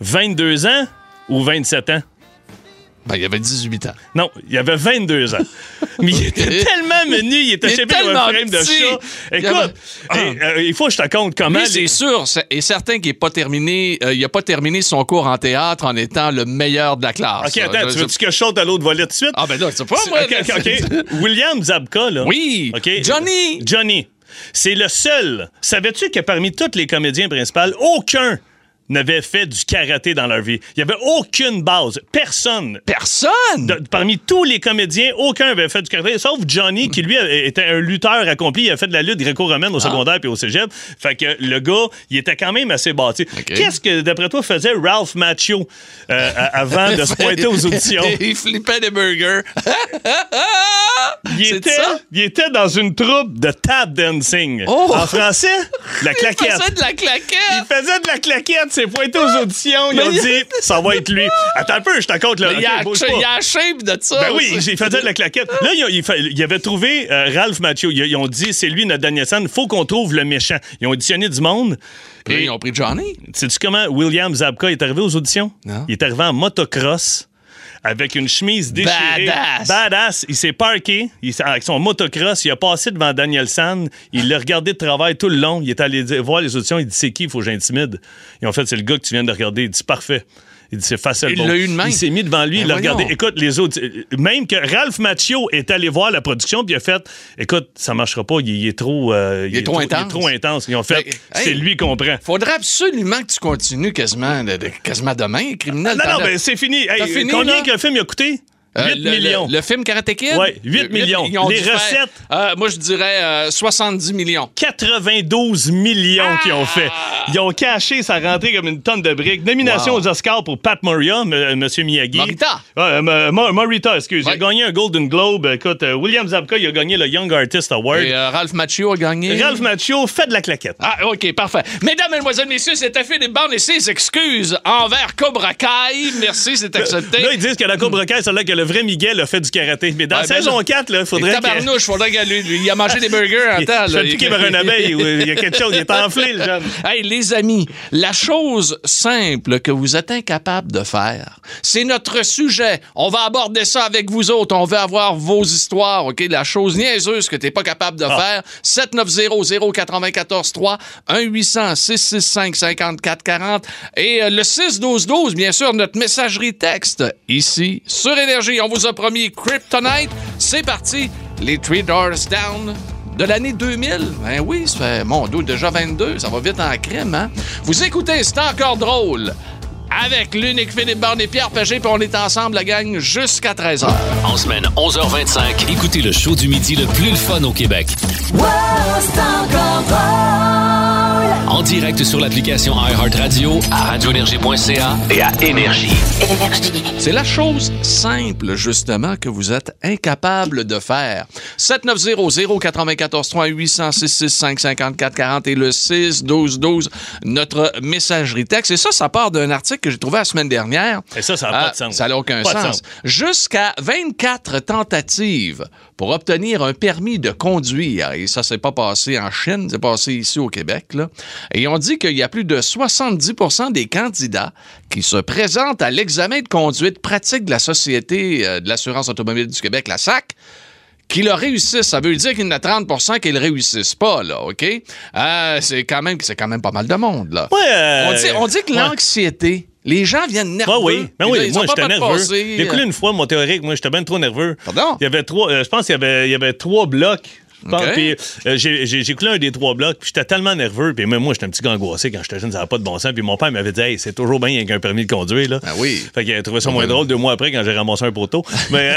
[SPEAKER 3] 22 ans ou 27 ans?
[SPEAKER 2] Ben, il avait 18 ans.
[SPEAKER 3] Non, il avait 22 ans.
[SPEAKER 2] [LAUGHS]
[SPEAKER 3] Mais il était tellement menu, il était
[SPEAKER 2] Il est
[SPEAKER 3] chépé comme
[SPEAKER 2] tellement
[SPEAKER 3] un frame de
[SPEAKER 2] petit.
[SPEAKER 3] chat.
[SPEAKER 2] Il avait-
[SPEAKER 3] Écoute, et, euh, il faut que je te compte comment...
[SPEAKER 2] Mais c'est
[SPEAKER 3] les-
[SPEAKER 2] sûr c'est- et certain qu'il n'a pas, terminé, euh, il a pas terminé son cours en théâtre en étant le meilleur de la classe.
[SPEAKER 3] OK, attends,
[SPEAKER 2] Euh,
[SPEAKER 3] tu
[SPEAKER 2] je-
[SPEAKER 3] veux-tu que je saute à l'autre volet tout de suite?
[SPEAKER 2] Ah, ben là, c'est pas moi.
[SPEAKER 3] Ok,
[SPEAKER 2] là,
[SPEAKER 3] ok,
[SPEAKER 2] c'est-
[SPEAKER 3] ok.
[SPEAKER 2] [LAUGHS]
[SPEAKER 3] William Zabka, là.
[SPEAKER 2] Oui.
[SPEAKER 3] OK.
[SPEAKER 2] Johnny.
[SPEAKER 3] Johnny. C'est le seul. Savais-tu que parmi tous les comédiens principaux, aucun n'avait fait du karaté dans leur vie? Il n'y avait aucune base. Personne.
[SPEAKER 2] Personne.
[SPEAKER 3] De- parmi tous les comédiens, aucun avait fait du karaté, sauf Johnny, qui lui a- était un lutteur accompli. Il a fait de la lutte gréco-romaine au
[SPEAKER 2] Ah.
[SPEAKER 3] secondaire puis au cégep. Fait que le gars, il était quand même assez bâti. Qu'est-ce que, d'après toi, faisait Ralph Macchio euh, a- avant
[SPEAKER 2] [LAUGHS]
[SPEAKER 3] de se pointer aux auditions?
[SPEAKER 2] il flippait des burgers.
[SPEAKER 3] Il
[SPEAKER 2] [LAUGHS] C'est
[SPEAKER 3] était,
[SPEAKER 2] ça?
[SPEAKER 3] il était dans une troupe de tap dancing.
[SPEAKER 2] Oh!
[SPEAKER 3] En français, la claquette.
[SPEAKER 2] Il faisait de la
[SPEAKER 3] Il
[SPEAKER 2] claquette.
[SPEAKER 3] faisait de la claquette, s'est pointé aux auditions, ils
[SPEAKER 2] Mais
[SPEAKER 3] ont
[SPEAKER 2] il-
[SPEAKER 3] dit ça va être lui. Attends un peu, je te compte là.
[SPEAKER 2] Mais il, y a,
[SPEAKER 3] Ok, bouge
[SPEAKER 2] il y
[SPEAKER 3] pas.
[SPEAKER 2] a la shape de ça.
[SPEAKER 3] Ben oui,
[SPEAKER 2] aussi.
[SPEAKER 3] il faisait de la claquette. Là, ils, ont- ils fa- ils avaient trouvé euh, Ralph Macchio. Ils, ils ont dit c'est lui notre dernier scène, faut qu'on trouve le méchant. Ils ont auditionné du monde.
[SPEAKER 2] Puis là, ils ont pris Johnny.
[SPEAKER 3] Sais-tu comment William Zabka est arrivé aux auditions?
[SPEAKER 2] Non.
[SPEAKER 3] Il est arrivé en motocross avec une chemise déchirée.
[SPEAKER 2] Badass.
[SPEAKER 3] Badass. Il s'est parké il s'est- avec son motocross. Il a passé devant Daniel San. Il l'a regardé de travail tout le long. Il est allé dire- voir les auditions. Il dit C'est qui Il faut que j'intimide. Ils ont fait C'est le gars que tu viens de regarder. Il dit Parfait. Il dit C'est facile.
[SPEAKER 2] Il
[SPEAKER 3] bon.
[SPEAKER 2] l'a eu de même.
[SPEAKER 3] Il s'est mis devant lui.
[SPEAKER 2] Ben
[SPEAKER 3] il l'a regardé.
[SPEAKER 2] voyons.
[SPEAKER 3] Écoute, les autres. Même que Ralph Macchio est allé voir la production. Puis il a fait Écoute, ça marchera pas. Il, il est trop. euh,
[SPEAKER 2] est trop
[SPEAKER 3] Il est
[SPEAKER 2] intense.
[SPEAKER 3] trop intense. Ils ont fait
[SPEAKER 2] Ben,
[SPEAKER 3] C'est
[SPEAKER 2] hey.
[SPEAKER 3] lui qu'on prend.
[SPEAKER 2] Faudrait absolument que tu continues quasiment, de- de- quasiment demain, criminel.
[SPEAKER 3] Ah, Non, non,
[SPEAKER 2] T'en as-
[SPEAKER 3] mais c'est fini. Hey,
[SPEAKER 2] T'as fini,
[SPEAKER 3] combien
[SPEAKER 2] là?
[SPEAKER 3] que le film a coûté?
[SPEAKER 2] Euh,
[SPEAKER 3] 8
[SPEAKER 2] le,
[SPEAKER 3] millions.
[SPEAKER 2] Le, le film Karate Kid?
[SPEAKER 3] Ouais, 8 millions. Les
[SPEAKER 2] dû faire,
[SPEAKER 3] recettes?
[SPEAKER 2] euh, moi, je dirais euh, 70 millions.
[SPEAKER 3] 92 millions qu'ils ont fait. Ils ont caché sa rentrée comme une tonne de briques. Nomination
[SPEAKER 2] Wow.
[SPEAKER 3] aux Oscars pour Pat Moria, m- euh, Monsieur Miyagi.
[SPEAKER 2] Morita.
[SPEAKER 3] Ouais, euh, M- Mo- Morita, excuse.
[SPEAKER 2] Ouais.
[SPEAKER 3] Il a gagné un Golden Globe. Écoute, euh, William Zabka, il a gagné le Young Artist Award.
[SPEAKER 2] Et euh, Ralph Macchio a gagné.
[SPEAKER 3] Ralph Macchio, fait de la claquette.
[SPEAKER 2] Ah, OK, parfait. Mesdames, Mesdemoiselles, Messieurs, c'était fait des bandes et ses excuses envers Cobra Kai. Merci, c'est accepté.
[SPEAKER 3] Euh, Là, ils disent que la Cobra Kai, c'est là que le vrai Miguel a fait du karaté. Mais dans
[SPEAKER 2] Ouais, ben
[SPEAKER 3] saison
[SPEAKER 2] là-
[SPEAKER 3] 4, il
[SPEAKER 2] Et
[SPEAKER 3] faudrait que...
[SPEAKER 2] tabarnouche, faudrait qu'il lui- lui- il a mangé des burgers en
[SPEAKER 3] [LAUGHS] Il
[SPEAKER 2] temps.
[SPEAKER 3] se
[SPEAKER 2] là.
[SPEAKER 3] fait piquer par une abeille. ou Il y a quelque chose. Il est enflé, le jeune.
[SPEAKER 2] [LAUGHS] Hey, les amis, la chose simple que vous êtes incapable de faire, c'est notre sujet. On va aborder ça avec vous autres. On veut avoir vos histoires, OK? La chose niaiseuse que t'es pas capable
[SPEAKER 3] Ah.
[SPEAKER 2] de faire, 7900-943, 1-800-665-5440 et euh, le 6-12-12, bien sûr, notre messagerie texte, ici, sur Énergie. On vous a promis Kryptonite. C'est parti, les Three Doors Down de l'année 2000. Ben oui, ça fait, mon Dieu, déjà 22, ça va vite en crème, hein? Vous écoutez, c'est encore drôle. Avec l'unique Philippe Barne et Pierre Pagé, puis on est ensemble, la gang, jusqu'à 13h.
[SPEAKER 1] En semaine 11h25, écoutez le show du midi le plus le fun au Québec. En direct sur l'application iHeartRadio, à radioénergie.ca et à Énergie.
[SPEAKER 2] C'est la chose simple, justement, que vous êtes incapable de faire. 7900-943-800-665-5440 et le 6-12-12, notre messagerie texte. Et ça, ça part d'un article que j'ai trouvé la semaine dernière.
[SPEAKER 3] Et ça, ça n'a
[SPEAKER 2] Ah,
[SPEAKER 3] pas de sens.
[SPEAKER 2] Ça n'a aucun
[SPEAKER 3] Pas de
[SPEAKER 2] sens. Jusqu'à 24 tentatives pour obtenir un permis de conduire. Et ça, c'est pas passé en Chine, c'est passé ici au Québec. là. Et on dit qu'il y a plus de 70 des candidats qui se présentent à l'examen de conduite pratique de la Société euh, de l'assurance automobile du Québec, la SAC, qui le réussissent. Ça veut dire qu'il y en a 30 qui le réussissent pas, là, OK? Euh, c'est quand, même- c'est quand même pas mal de monde, là.
[SPEAKER 3] Ouais, euh,
[SPEAKER 2] On dit, on dit que
[SPEAKER 3] ouais.
[SPEAKER 2] l'anxiété, les gens viennent nerveux.
[SPEAKER 3] Ah oui, mais
[SPEAKER 2] Puis là,
[SPEAKER 3] oui,
[SPEAKER 2] ils
[SPEAKER 3] moi
[SPEAKER 2] ont pas peur
[SPEAKER 3] j'étais
[SPEAKER 2] de euh.
[SPEAKER 3] nerveux.
[SPEAKER 2] passer.
[SPEAKER 3] J'ai coulé une fois mon théorique, moi j'étais bien trop nerveux.
[SPEAKER 2] Pardon?
[SPEAKER 3] Il y avait trois, euh, je pense qu'il y avait, il y avait trois blocs. Je pense,
[SPEAKER 2] OK.
[SPEAKER 3] puis, euh, j'ai, j'ai- j'ai coulé un des trois blocs, puis j'étais tellement nerveux, puis même moi, j'étais un petit gars angoissé quand j'étais jeune, ça n'avait pas de bon sens, puis mon père m'avait dit « Hey, c'est toujours bien avec un permis de conduire, là.
[SPEAKER 2] Ah oui.
[SPEAKER 3] Fait qu'il a trouvé ça moins drôle deux mois après quand j'ai ramassé un poteau. Mais...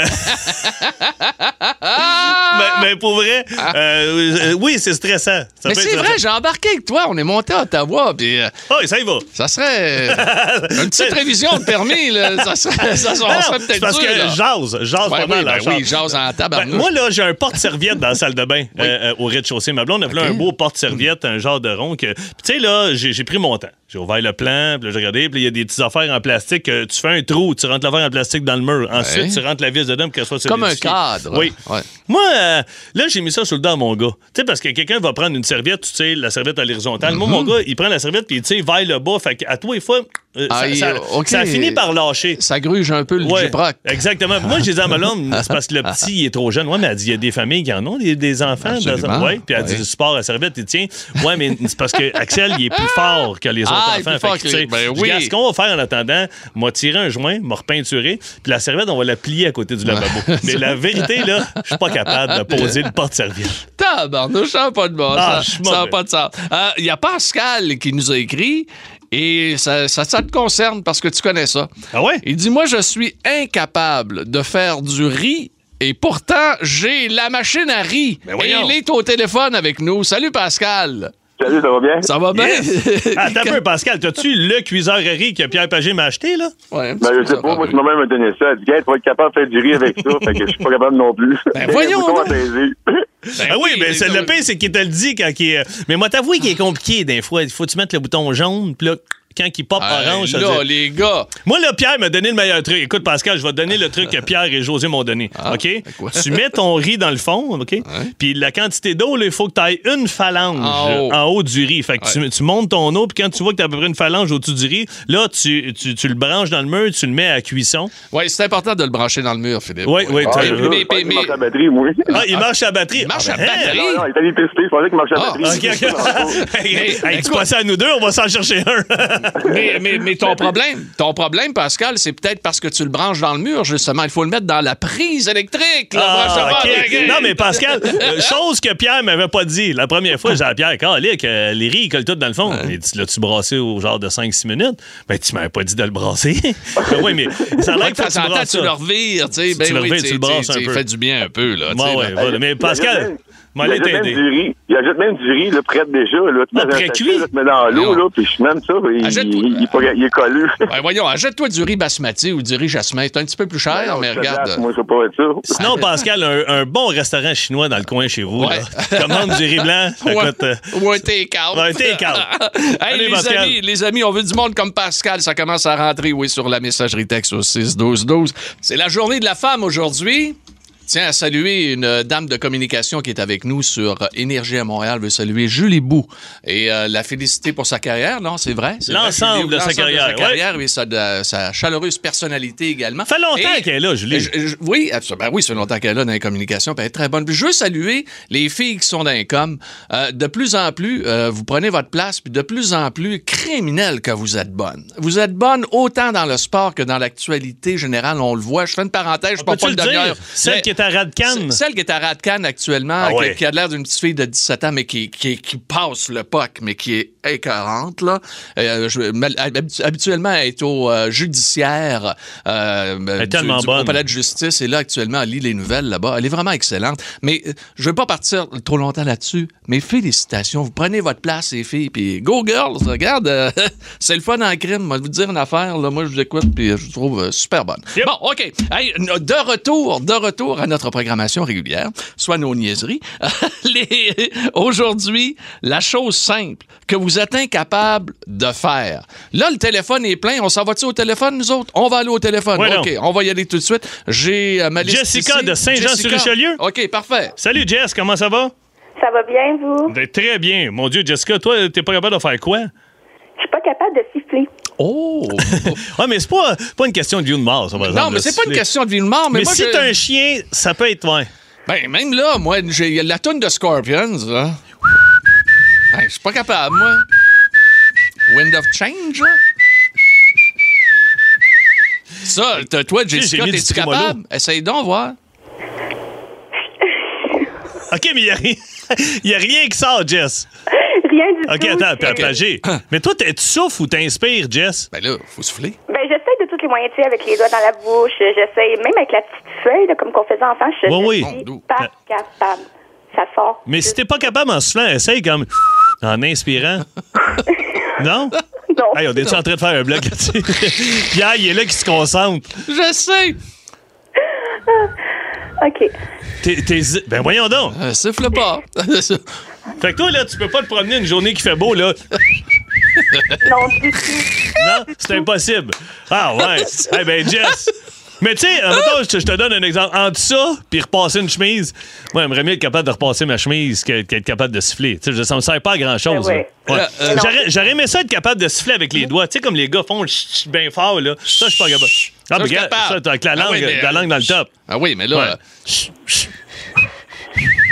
[SPEAKER 2] [LAUGHS]
[SPEAKER 3] euh, [LAUGHS] mais, mais pour vrai, euh, euh, oui, c'est stressant. Ça
[SPEAKER 2] Mais
[SPEAKER 3] peut être
[SPEAKER 2] c'est vrai,
[SPEAKER 3] stressant.
[SPEAKER 2] j'ai embarqué avec toi. On est monté à Ottawa, puis euh,
[SPEAKER 3] Oh, ça y va.
[SPEAKER 2] ça serait euh,
[SPEAKER 3] [LAUGHS]
[SPEAKER 2] une petite révision de permis. Là, ça serait, [LAUGHS] ça serait- on
[SPEAKER 3] Ah non,
[SPEAKER 2] serait
[SPEAKER 3] c'est
[SPEAKER 2] peut-être
[SPEAKER 3] parce
[SPEAKER 2] dû,
[SPEAKER 3] que
[SPEAKER 2] là.
[SPEAKER 3] jase, jase
[SPEAKER 2] Ouais,
[SPEAKER 3] pas
[SPEAKER 2] oui,
[SPEAKER 3] mal.
[SPEAKER 2] ben
[SPEAKER 3] hein,
[SPEAKER 2] oui,
[SPEAKER 3] jase.
[SPEAKER 2] jase en
[SPEAKER 3] Ben,
[SPEAKER 2] tabarnouche.
[SPEAKER 3] moi, là, j'ai un porte-serviette dans la salle de bain
[SPEAKER 2] [LAUGHS]
[SPEAKER 3] euh, euh, au rez-de-chaussée. Ma blonde appelait un beau porte-serviette, un genre de rond. que- Puis, tu sais, là, j'ai j'ai pris mon temps. J'ai ouvert le plan, puis là, j'ai regardé, puis là, il y a des petites affaires en plastique. euh, tu fais un trou, tu rentres l'affaire en plastique dans le mur. Ensuite,
[SPEAKER 2] Ouais.
[SPEAKER 3] tu rentres la vis dedans pour qu'elle soit sur
[SPEAKER 2] Comme un
[SPEAKER 3] l'édifice.
[SPEAKER 2] cadre.
[SPEAKER 3] Oui.
[SPEAKER 2] Ouais.
[SPEAKER 3] Moi, euh, là, j'ai mis ça sur le dos à mon gars. Tu sais, parce que quelqu'un va prendre une serviette, tu sais, la serviette à l'horizontale. Moi,
[SPEAKER 2] Mhm.
[SPEAKER 3] mon gars, il prend la serviette, puis, tu sais, il vaille le bas. Fait qu'à toi, les fois, euh, ça-
[SPEAKER 2] Aïe,
[SPEAKER 3] ça,
[SPEAKER 2] ok.
[SPEAKER 3] ça finit par lâcher.
[SPEAKER 2] Ça gruge un peu le
[SPEAKER 3] Ouais,
[SPEAKER 2] gyproc.
[SPEAKER 3] Exactement. Moi, j'ai dit à ma blonde,
[SPEAKER 2] [LAUGHS]
[SPEAKER 3] c'est parce que le petit, il est trop jeune. Ouais, mais elle dit, il y a des familles qui en ont, des, des enfants. dans-
[SPEAKER 2] Absolument.
[SPEAKER 3] ouais. Puis elle
[SPEAKER 2] Ouais.
[SPEAKER 3] dit, le sport à serviette, il tient. Ouais, mais c'est parce que Axel, il est plus fort que les autres
[SPEAKER 2] Ah, il est
[SPEAKER 3] enfants.
[SPEAKER 2] plus fort
[SPEAKER 3] Fait que,
[SPEAKER 2] que-
[SPEAKER 3] tu sais,
[SPEAKER 2] ben
[SPEAKER 3] je dis,
[SPEAKER 2] oui.
[SPEAKER 3] Regarde, ce qu'on va faire en attendant, m'a tiré un joint, m'a repeinturé, puis la serviette, on va la plier à côté du lavabo.
[SPEAKER 2] [LAUGHS]
[SPEAKER 3] mais la vérité, là, je suis pas capable de poser le porte-serviette.
[SPEAKER 2] Tabarnouche, ça n'a pas de bon
[SPEAKER 3] Ah,
[SPEAKER 2] sens.
[SPEAKER 3] je suis
[SPEAKER 2] Ça n'a
[SPEAKER 3] mauvais.
[SPEAKER 2] pas de sens. Euh, Il y a Pascal qui nous a écrit et ça, ça, ça te concerne parce que tu connais ça. [LAUGHS]
[SPEAKER 3] Ah ouais?
[SPEAKER 2] Il dit Moi, je suis incapable de faire du riz et pourtant, j'ai la machine à riz. et
[SPEAKER 3] Ben voyons.
[SPEAKER 2] il est au téléphone avec nous. Salut Pascal.
[SPEAKER 7] Salut, ça va bien?
[SPEAKER 2] Ça va bien? [LAUGHS]
[SPEAKER 3] Ah, t'as un peu, Pascal, t'as-tu le cuiseur à riz que Pierre Pagé m'a acheté, là?
[SPEAKER 2] Ouais, un petit
[SPEAKER 7] Ben,
[SPEAKER 2] peu
[SPEAKER 7] je sais
[SPEAKER 2] ça,
[SPEAKER 7] pas, moi,
[SPEAKER 2] Patrick.
[SPEAKER 7] je moi-même me donné ça. Elle dit, gars, tu vas être capable de faire du riz avec ça. fait que je suis pas capable non plus.
[SPEAKER 2] Ben, voyons
[SPEAKER 7] Bouton à
[SPEAKER 2] donc.
[SPEAKER 7] saisir.
[SPEAKER 3] Ah oui, mais c'est-
[SPEAKER 2] les- Ah.
[SPEAKER 3] le pire, c'est qu'il te le dit quand il est. Mais moi, t'avoue qu'il est compliqué des fois. Il faut que tu mettes le bouton jaune, puis là, quand il pop
[SPEAKER 2] Hey,
[SPEAKER 3] orange, ça
[SPEAKER 2] là,
[SPEAKER 3] dit-
[SPEAKER 2] les gars.
[SPEAKER 3] Moi, là, Pierre m'a donné le meilleur truc. Écoute, Pascal, je vais te donner
[SPEAKER 2] [LAUGHS]
[SPEAKER 3] le truc que Pierre et José m'ont donné. OK?
[SPEAKER 2] Ah, quoi?
[SPEAKER 3] Tu mets ton riz dans le fond, OK? Puis la quantité d'eau, là, il faut que tu ailles une phalange
[SPEAKER 2] En haut.
[SPEAKER 3] en haut du riz. Fait que tu, tu montes ton eau, puis quand tu vois que tu as à peu près une phalange au-dessus du riz, là, tu, tu, tu le branches dans le mur, tu le mets à cuisson.
[SPEAKER 2] Oui, c'est important de le brancher dans le mur, Philippe.
[SPEAKER 3] Oui, oui,
[SPEAKER 7] Ah,
[SPEAKER 3] t'as-
[SPEAKER 7] je
[SPEAKER 2] Mais- mais-
[SPEAKER 7] je pensais qu'il
[SPEAKER 2] mais-
[SPEAKER 7] marchait à la batterie, moi.
[SPEAKER 3] Ah, il marche à la batterie.
[SPEAKER 2] Il marche à
[SPEAKER 3] Ah,
[SPEAKER 2] la
[SPEAKER 3] ben, hey,
[SPEAKER 2] batterie.
[SPEAKER 7] Non, non, il est allé tester. Je pensais qu'il marchait à
[SPEAKER 2] Ah,
[SPEAKER 3] [LAUGHS]
[SPEAKER 7] la
[SPEAKER 3] OK,
[SPEAKER 7] batterie.
[SPEAKER 2] [LAUGHS]
[SPEAKER 3] OK. hey, hey, tu passes à nous deux, on va s'en chercher un.
[SPEAKER 2] mais, mais, mais
[SPEAKER 3] [LAUGHS]
[SPEAKER 2] ton problème, ton problème, Pascal, c'est peut-être parce que tu le branches dans le mur, justement. Il faut le mettre dans la prise électrique. là.
[SPEAKER 3] Ah,
[SPEAKER 2] Branche-le pas,
[SPEAKER 3] ok.
[SPEAKER 2] regarde.
[SPEAKER 3] Non, mais Pascal, euh, chose que Pierre m'avait pas dit. La première fois, j'ai dit à Pierre, Calique, euh, les riz, ils collent tout dans le fond. Il dit, l'as-tu brassé au genre de 5-6 minutes? Ben, tu m'avais pas dit de le brasser. [LAUGHS] Ben oui, mais ça a
[SPEAKER 2] Ouais,
[SPEAKER 3] l'air
[SPEAKER 2] de
[SPEAKER 3] que faut
[SPEAKER 2] temps
[SPEAKER 3] que tu
[SPEAKER 2] en temps,
[SPEAKER 3] brasses
[SPEAKER 2] tu le
[SPEAKER 3] ça.
[SPEAKER 2] revires, tu sais.
[SPEAKER 3] Tu
[SPEAKER 2] Ben
[SPEAKER 3] le
[SPEAKER 2] oui,
[SPEAKER 3] revires, tu le brasses un peu.
[SPEAKER 2] Fait du bien un peu, là. tu sais,
[SPEAKER 3] Bon, ouais,
[SPEAKER 2] là.
[SPEAKER 3] voilà. Mais Pascal,
[SPEAKER 7] il
[SPEAKER 3] m'allait
[SPEAKER 7] ajoute même
[SPEAKER 3] t'aider.
[SPEAKER 7] du riz. Il ajoute même du riz, le prêt déjà. Là, tu
[SPEAKER 3] Ah,
[SPEAKER 7] mets dans un
[SPEAKER 3] pré-cuit?
[SPEAKER 7] sachet, là, tu mets dans l'eau,
[SPEAKER 2] Non.
[SPEAKER 7] là, puis je mène ça, puis il,
[SPEAKER 2] Ajoute-
[SPEAKER 7] il- il est pas- il est collé.
[SPEAKER 2] Ouais, Ben, voyons, achète-toi du riz basmati ou du riz jasmin. C'est un petit peu plus cher, mais
[SPEAKER 7] Ah, Je te
[SPEAKER 2] regarde.
[SPEAKER 7] lasse, Moi, je veux pas être ça.
[SPEAKER 3] Sinon, Pascal, un, un bon restaurant chinois dans le coin chez vous.
[SPEAKER 2] Ouais.
[SPEAKER 3] là. [LAUGHS] Commande du riz blanc, ça
[SPEAKER 2] Ou un-
[SPEAKER 3] coûte... euh,
[SPEAKER 2] Ou un take-out.
[SPEAKER 3] Un take-out.
[SPEAKER 2] [LAUGHS] hey,
[SPEAKER 3] Allez,
[SPEAKER 2] les
[SPEAKER 3] Pascal.
[SPEAKER 2] amis, les amis, on veut du monde comme Pascal. Ça commence à rentrer, oui, sur la messagerie texte au 6-12-12. C'est la journée de la femme aujourd'hui. Tiens, à saluer une euh, dame de communication qui est avec nous sur euh, Énergie à Montréal. veut saluer Julie Bou et euh, la féliciter pour sa carrière, non? C'est vrai? c'est vrai,
[SPEAKER 3] L'ensemble
[SPEAKER 2] Julie Bou,
[SPEAKER 3] de sa
[SPEAKER 2] l'ensemble
[SPEAKER 3] carrière,
[SPEAKER 2] et sa, de- sa chaleureuse personnalité également.
[SPEAKER 3] Fait longtemps
[SPEAKER 2] Et-
[SPEAKER 3] qu'elle est là, Julie.
[SPEAKER 2] je- je- oui, absolument. Ben oui, c'est longtemps qu'elle est là dans les communications, puis elle est très bonne. Puis je veux saluer les filles qui sont dans les com. Euh, de plus en plus, euh, vous prenez votre place, puis de plus en plus criminel que vous êtes bonne. Vous êtes bonne autant dans le sport que dans l'actualité générale, on le voit. Je fais une parenthèse, je ne
[SPEAKER 3] Peux-tu
[SPEAKER 2] pas le
[SPEAKER 3] le dire?
[SPEAKER 2] demi-heure.
[SPEAKER 3] Celle
[SPEAKER 2] Mais-
[SPEAKER 3] qui est à Radcan.
[SPEAKER 2] c'est- Celle qui est à Radcan actuellement,
[SPEAKER 3] Ah
[SPEAKER 2] qui-
[SPEAKER 3] ouais.
[SPEAKER 2] qui, a l'air d'une petite fille de 17 ans, mais qui, qui, qui passe le POC, mais qui est écœurante. Là. Euh, je- mal- habitu- habituellement, elle est au euh, judiciaire euh,
[SPEAKER 3] est tellement
[SPEAKER 2] au
[SPEAKER 3] bonne.
[SPEAKER 2] palais de justice. Et là, actuellement, elle lit les nouvelles là-bas. Elle est vraiment excellente. Mais euh, je ne veux pas partir trop longtemps là-dessus, mais félicitations. Vous prenez votre place, les filles, puis go girls! Regarde, euh, [LAUGHS] c'est le fun en crime. Moi, Je vais vous dire une affaire. Là. Moi, je vous écoute, puis je vous trouve euh, super bonne.
[SPEAKER 3] Yep.
[SPEAKER 2] Bon, OK. Hey, n- de retour, de retour à notre programmation régulière, soit nos niaiseries. [LAUGHS] Les- Aujourd'hui, la chose simple que vous êtes incapable de faire. Là, le téléphone est plein. On s'en va-tu au téléphone, nous autres? On va aller au téléphone.
[SPEAKER 3] Ouais,
[SPEAKER 2] OK, on va y aller tout de suite. J'ai euh, ma liste
[SPEAKER 3] Jessica
[SPEAKER 2] ici.
[SPEAKER 3] de Saint-Jean-sur-Richelieu.
[SPEAKER 2] OK, parfait.
[SPEAKER 3] Salut Jess, comment ça va?
[SPEAKER 8] Ça va bien, vous?
[SPEAKER 3] Ben, Très bien. Mon Dieu, Jessica, toi, t'es pas capable de faire quoi?
[SPEAKER 8] Je suis pas capable de siffler.
[SPEAKER 2] Oh!
[SPEAKER 3] Ah, mais c'est pas, pas une question de vie ou de mort, ça, par
[SPEAKER 2] [LAUGHS]
[SPEAKER 3] exemple.
[SPEAKER 2] non, mais
[SPEAKER 3] là,
[SPEAKER 2] c'est pas une
[SPEAKER 3] les-
[SPEAKER 2] question de vie ou de mort. Mais,
[SPEAKER 3] Mais,
[SPEAKER 2] moi,
[SPEAKER 3] si
[SPEAKER 2] je-
[SPEAKER 3] t'as un chien, ça peut être. Ouais.
[SPEAKER 2] Ben, même là, moi, j'ai la toune de Scorpions, là. Ben, je suis pas capable, moi. Wind of Change, là. Ça, t- toi, Jessica,
[SPEAKER 3] mis du
[SPEAKER 2] t'es-tu
[SPEAKER 3] trémolo.
[SPEAKER 2] capable? Essaye donc, voir.
[SPEAKER 3] OK, mais il y a, rien- [LAUGHS] y a rien qui sort, Jess.
[SPEAKER 8] Rien du
[SPEAKER 3] OK,
[SPEAKER 8] tout.
[SPEAKER 3] attends, t'as
[SPEAKER 8] c'est-
[SPEAKER 3] plagé.
[SPEAKER 2] Ah.
[SPEAKER 3] Mais toi, t'es- tu souffles ou t'inspires, Jess?
[SPEAKER 2] Ben là, faut souffler.
[SPEAKER 8] Ben, j'essaie de tous les moyens, tu sais, avec les doigts dans la bouche. J'essaie, même avec la petite feuille, là, comme qu'on faisait enfant, je
[SPEAKER 3] Oui,
[SPEAKER 8] ne
[SPEAKER 3] oui.
[SPEAKER 8] suis
[SPEAKER 2] Bon,
[SPEAKER 8] pas
[SPEAKER 3] doux.
[SPEAKER 8] capable. Ça sort.
[SPEAKER 3] Mais si t'es pas capable en soufflant, essaye comme en
[SPEAKER 8] [LAUGHS]
[SPEAKER 3] inspirant. non?
[SPEAKER 8] Non.
[SPEAKER 3] Hey, on est en train de faire un bloc
[SPEAKER 2] [LAUGHS]
[SPEAKER 3] là-dessus? Pierre, il est là qui se concentre.
[SPEAKER 2] Je sais!
[SPEAKER 8] OK.
[SPEAKER 3] T'es- t'es- Ben voyons donc.
[SPEAKER 2] Euh, siffle pas. [LAUGHS]
[SPEAKER 3] Fait que toi, là, tu peux pas te promener une journée qui fait beau, là.
[SPEAKER 8] Non, du tout.
[SPEAKER 3] Non, [LAUGHS] c'est impossible. Ah ouais. Eh ben Jess. Mais tu sais, en même temps, je te- je te donne un exemple. Entre ça, puis repasser une chemise, moi, j'aimerais mieux être capable de repasser ma chemise que- qu'être capable de siffler. Tu sais, je- ça me sert pas à grand-chose.
[SPEAKER 8] Eh
[SPEAKER 3] là.
[SPEAKER 8] ouais.
[SPEAKER 3] Ouais.
[SPEAKER 2] Là, euh,
[SPEAKER 3] J'aurais- J'aurais aimé ça être capable de siffler avec les doigts. Tu sais, comme les gars font le chut, chut bien fort, là. Ça, je suis pas capable. Ah,
[SPEAKER 2] Ça,
[SPEAKER 3] mais
[SPEAKER 2] je suis
[SPEAKER 3] regarde,
[SPEAKER 2] capable.
[SPEAKER 3] ça, t'as avec la
[SPEAKER 2] Ah
[SPEAKER 3] langue,
[SPEAKER 2] oui, mais,
[SPEAKER 3] la
[SPEAKER 2] euh,
[SPEAKER 3] langue dans le top.
[SPEAKER 2] ah oui, mais là,
[SPEAKER 3] Ouais.
[SPEAKER 2] euh,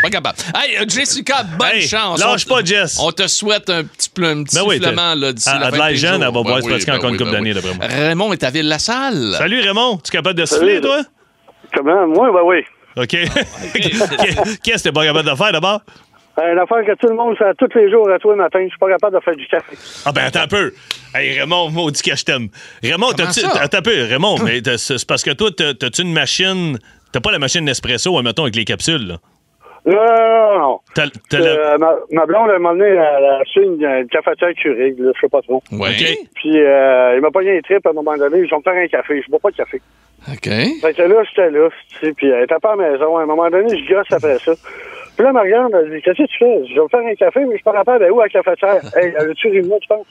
[SPEAKER 2] pas capable. Hey, euh, Jessica, bonne
[SPEAKER 3] Hey,
[SPEAKER 2] chance.
[SPEAKER 3] lâche
[SPEAKER 2] On-
[SPEAKER 3] pas, Jess.
[SPEAKER 2] On te souhaite un petit, pl- un petit
[SPEAKER 3] Ben oui,
[SPEAKER 2] flamand
[SPEAKER 3] t'es-
[SPEAKER 2] là, d'ici
[SPEAKER 3] à- à
[SPEAKER 2] la
[SPEAKER 3] de
[SPEAKER 2] fin
[SPEAKER 3] la
[SPEAKER 2] des
[SPEAKER 3] jeune,
[SPEAKER 2] jours.
[SPEAKER 3] elle va
[SPEAKER 2] Ben
[SPEAKER 3] pouvoir se
[SPEAKER 2] oui,
[SPEAKER 3] pratiquer
[SPEAKER 2] ben
[SPEAKER 3] encore une
[SPEAKER 2] oui,
[SPEAKER 3] couple
[SPEAKER 2] ben
[SPEAKER 3] d'années,
[SPEAKER 2] oui.
[SPEAKER 3] d'après moi.
[SPEAKER 2] Raymond est à Ville-la-Salle.
[SPEAKER 3] Salut Raymond, tu es capable de siffler,
[SPEAKER 7] Salut.
[SPEAKER 3] toi?
[SPEAKER 7] Comment? Moi, ben oui.
[SPEAKER 3] OK. [LAUGHS] Qu'est-ce que t'es pas capable de faire d'abord?
[SPEAKER 7] Euh, L'affaire que tout le monde fait tous les jours à toi le matin, je suis pas capable de faire du café.
[SPEAKER 3] Ah ben attends un peu. Hey Raymond, maudit que je t'aime. Raymond,
[SPEAKER 2] Comment
[SPEAKER 3] t'as-tu.
[SPEAKER 2] ça? Hein?
[SPEAKER 3] Attends un peu, Raymond, mais t'as- c'est parce que toi, t'as- t'as-tu une machine. T'as pas la machine Nespresso, admettons, avec les capsules, là.
[SPEAKER 7] Non, non, non, non.
[SPEAKER 3] T'as- t'as la-
[SPEAKER 7] Euh, ma, ma blonde, elle m'a amené à la Chine, une cafetière Keurig, là, je sais pas trop.
[SPEAKER 2] Ouais.
[SPEAKER 3] OK.
[SPEAKER 7] Puis, euh, il m'a pogné un trip à un moment donné, je vais me faire un café, je bois pas de café.
[SPEAKER 2] OK.
[SPEAKER 3] Euh,
[SPEAKER 7] Fait que là, j'étais là, tu sais, puis elle était pas à la maison. À un moment donné, je gosse après ça. Puis là, elle me regarde, elle dit, qu'est-ce que tu fais? Je vais me faire un café, mais je suis pas capable, elle est où à la cafetière?
[SPEAKER 3] [LAUGHS]
[SPEAKER 7] Hey, elle a-tu ri de moi, tu penses?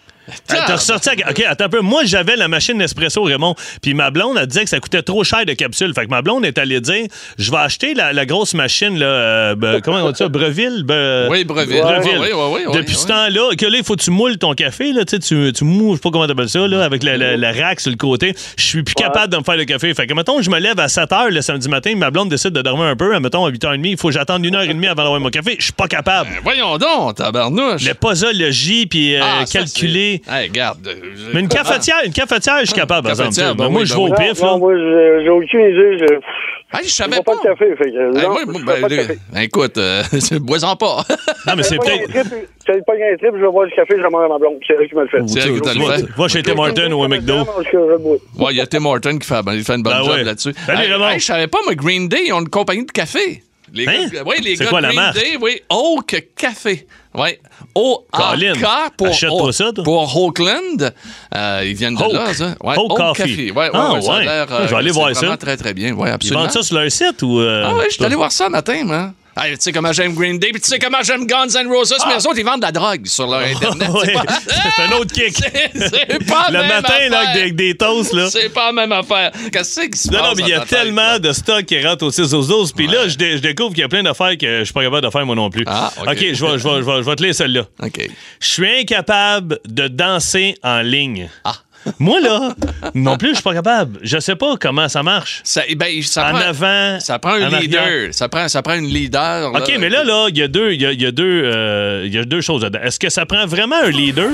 [SPEAKER 3] T'as t'as
[SPEAKER 2] Ah,
[SPEAKER 3] ressorti. à- OK, attends un peu. Moi, j'avais la machine Nespresso, Raymond. Puis ma blonde, elle disait que ça coûtait trop cher de capsules. Fait que ma blonde est allée dire Je vais acheter la, la grosse machine, là. euh, ben, comment on dit ça Breville Be-
[SPEAKER 2] Oui, Breville.
[SPEAKER 3] Breville.
[SPEAKER 2] Ouais, ouais, ouais, ouais,
[SPEAKER 3] Depuis ce
[SPEAKER 2] ouais.
[SPEAKER 3] temps-là, que là, il faut que tu moules ton café, là. Tu sais, tu, tu moules, je sais pas comment t'appelles ça, là, avec la, la- la rack sur le côté. Je suis plus capable de me faire le café. Fait que, mettons, je me lève à 7 h le samedi matin, ma blonde décide de dormir un peu. Mettons, à 8h30, il faut que j'attende une heure et demie avant d'avoir mon café. Je suis pas capable.
[SPEAKER 2] Voyons donc, tabarnouche.
[SPEAKER 3] Le posologie, puis euh,
[SPEAKER 2] Ah, ça,
[SPEAKER 3] calculer aussi.
[SPEAKER 2] Hey, regarde. euh,
[SPEAKER 3] Mais une cafetière, une cafetière, je suis capable, par exemple.
[SPEAKER 2] Cafetière,
[SPEAKER 3] tu sais.
[SPEAKER 2] ben
[SPEAKER 3] moi,
[SPEAKER 2] oui,
[SPEAKER 3] je
[SPEAKER 2] ben
[SPEAKER 3] vais au
[SPEAKER 2] oui.
[SPEAKER 3] pif.
[SPEAKER 7] non,
[SPEAKER 3] là.
[SPEAKER 7] moi, j'ai j'ai aucune idée. Je
[SPEAKER 2] Hey, je
[SPEAKER 7] je
[SPEAKER 2] savais
[SPEAKER 7] bois
[SPEAKER 2] pas.
[SPEAKER 7] pas de café. Fait que,
[SPEAKER 2] Hey,
[SPEAKER 7] non,
[SPEAKER 2] moi,
[SPEAKER 7] je bois
[SPEAKER 2] ben,
[SPEAKER 7] pas de
[SPEAKER 2] euh,
[SPEAKER 7] café.
[SPEAKER 2] écoute, euh, [LAUGHS] bois-en pas.
[SPEAKER 3] Non, mais c'est
[SPEAKER 7] Pas un
[SPEAKER 3] peut-être.
[SPEAKER 7] trip, J'ai pas un trip, je vais boire du café, je vais à ma blonde. C'est elle qui me le fait.
[SPEAKER 2] C'est elle qui t'a le
[SPEAKER 3] Va-
[SPEAKER 2] fait.
[SPEAKER 3] Va chez Tim Hortons ou un McDo.
[SPEAKER 7] Non, je- je bois.
[SPEAKER 2] Ouais, il y a Tim Horton qui fait, il fait une bonne
[SPEAKER 3] Ben
[SPEAKER 2] job
[SPEAKER 3] ouais.
[SPEAKER 2] là-dessus.
[SPEAKER 3] Salut,
[SPEAKER 2] Hey,
[SPEAKER 3] Raymond.
[SPEAKER 2] hey, je savais pas, mais Green Day, ils ont une compagnie de café. Les
[SPEAKER 3] Hein?
[SPEAKER 2] gars, oui, les
[SPEAKER 3] C'est
[SPEAKER 2] gars
[SPEAKER 3] quoi
[SPEAKER 2] de
[SPEAKER 3] la
[SPEAKER 2] Green
[SPEAKER 3] marque?
[SPEAKER 2] Day, oui, Oak Café. Oui. O-A-K
[SPEAKER 3] Colin,
[SPEAKER 2] pour,
[SPEAKER 3] achète-toi
[SPEAKER 2] Oak-
[SPEAKER 3] ça, toi.
[SPEAKER 2] pour Oakland. Euh, ils viennent de
[SPEAKER 3] Oak.
[SPEAKER 2] là, ça. Ouais,
[SPEAKER 3] Oak Coffee.
[SPEAKER 2] Café. Ouais, ouais,
[SPEAKER 3] Ah,
[SPEAKER 2] ouais, ça a
[SPEAKER 3] ouais.
[SPEAKER 2] l'air, euh,
[SPEAKER 3] Je vais aller
[SPEAKER 2] c'est
[SPEAKER 3] voir
[SPEAKER 2] vraiment
[SPEAKER 3] ça.
[SPEAKER 2] très, très bien. Oui,
[SPEAKER 3] Ils
[SPEAKER 2] absolument.
[SPEAKER 3] vendent ça sur leur site ou. euh,
[SPEAKER 2] Ah oui, je suis
[SPEAKER 3] toi? [LAUGHS]
[SPEAKER 2] allé voir ça le matin, moi. Hey, tu sais comment j'aime Green Day, puis tu sais comment j'aime Guns N' Roses, mais eux autres, ils vendent de la drogue sur
[SPEAKER 3] [LAUGHS]
[SPEAKER 2] leur Internet.
[SPEAKER 3] Ah! Ouais.
[SPEAKER 2] pas- [LAUGHS]
[SPEAKER 3] C'est un autre kick.
[SPEAKER 2] C'est- c'est pas
[SPEAKER 3] Le
[SPEAKER 2] la même
[SPEAKER 3] matin, là,
[SPEAKER 2] affaire.
[SPEAKER 3] avec des- avec des toasts, là.
[SPEAKER 2] C'est pas la même affaire. Qu'est-ce qui se
[SPEAKER 3] Non,
[SPEAKER 2] passe?
[SPEAKER 3] non, mais il y
[SPEAKER 2] dans
[SPEAKER 3] a
[SPEAKER 2] ta tête,
[SPEAKER 3] tellement
[SPEAKER 2] là?
[SPEAKER 3] de stocks qui rentrent au 6 12 12 Puis là, je, dé- je découvre qu'il y a plein d'affaires que je suis pas capable de faire moi non plus.
[SPEAKER 2] Ah, OK.
[SPEAKER 3] je vais- je vais- je vais- je vais te lire celle-là.
[SPEAKER 2] OK.
[SPEAKER 3] Je suis incapable de danser en ligne.
[SPEAKER 2] Ah.
[SPEAKER 3] Moi, là, non plus, je suis pas capable. Je sais pas comment ça marche.
[SPEAKER 2] Ça, eh ben, ça
[SPEAKER 3] En
[SPEAKER 2] prend,
[SPEAKER 3] avant,
[SPEAKER 2] Ça prend un
[SPEAKER 3] en arrière.
[SPEAKER 2] leader. Ça prend, ça prend une leader.
[SPEAKER 3] OK, mais là, là, il y a deux, il y a, il y a deux, euh, il y a deux choses dedans. Est-ce que ça prend vraiment un leader?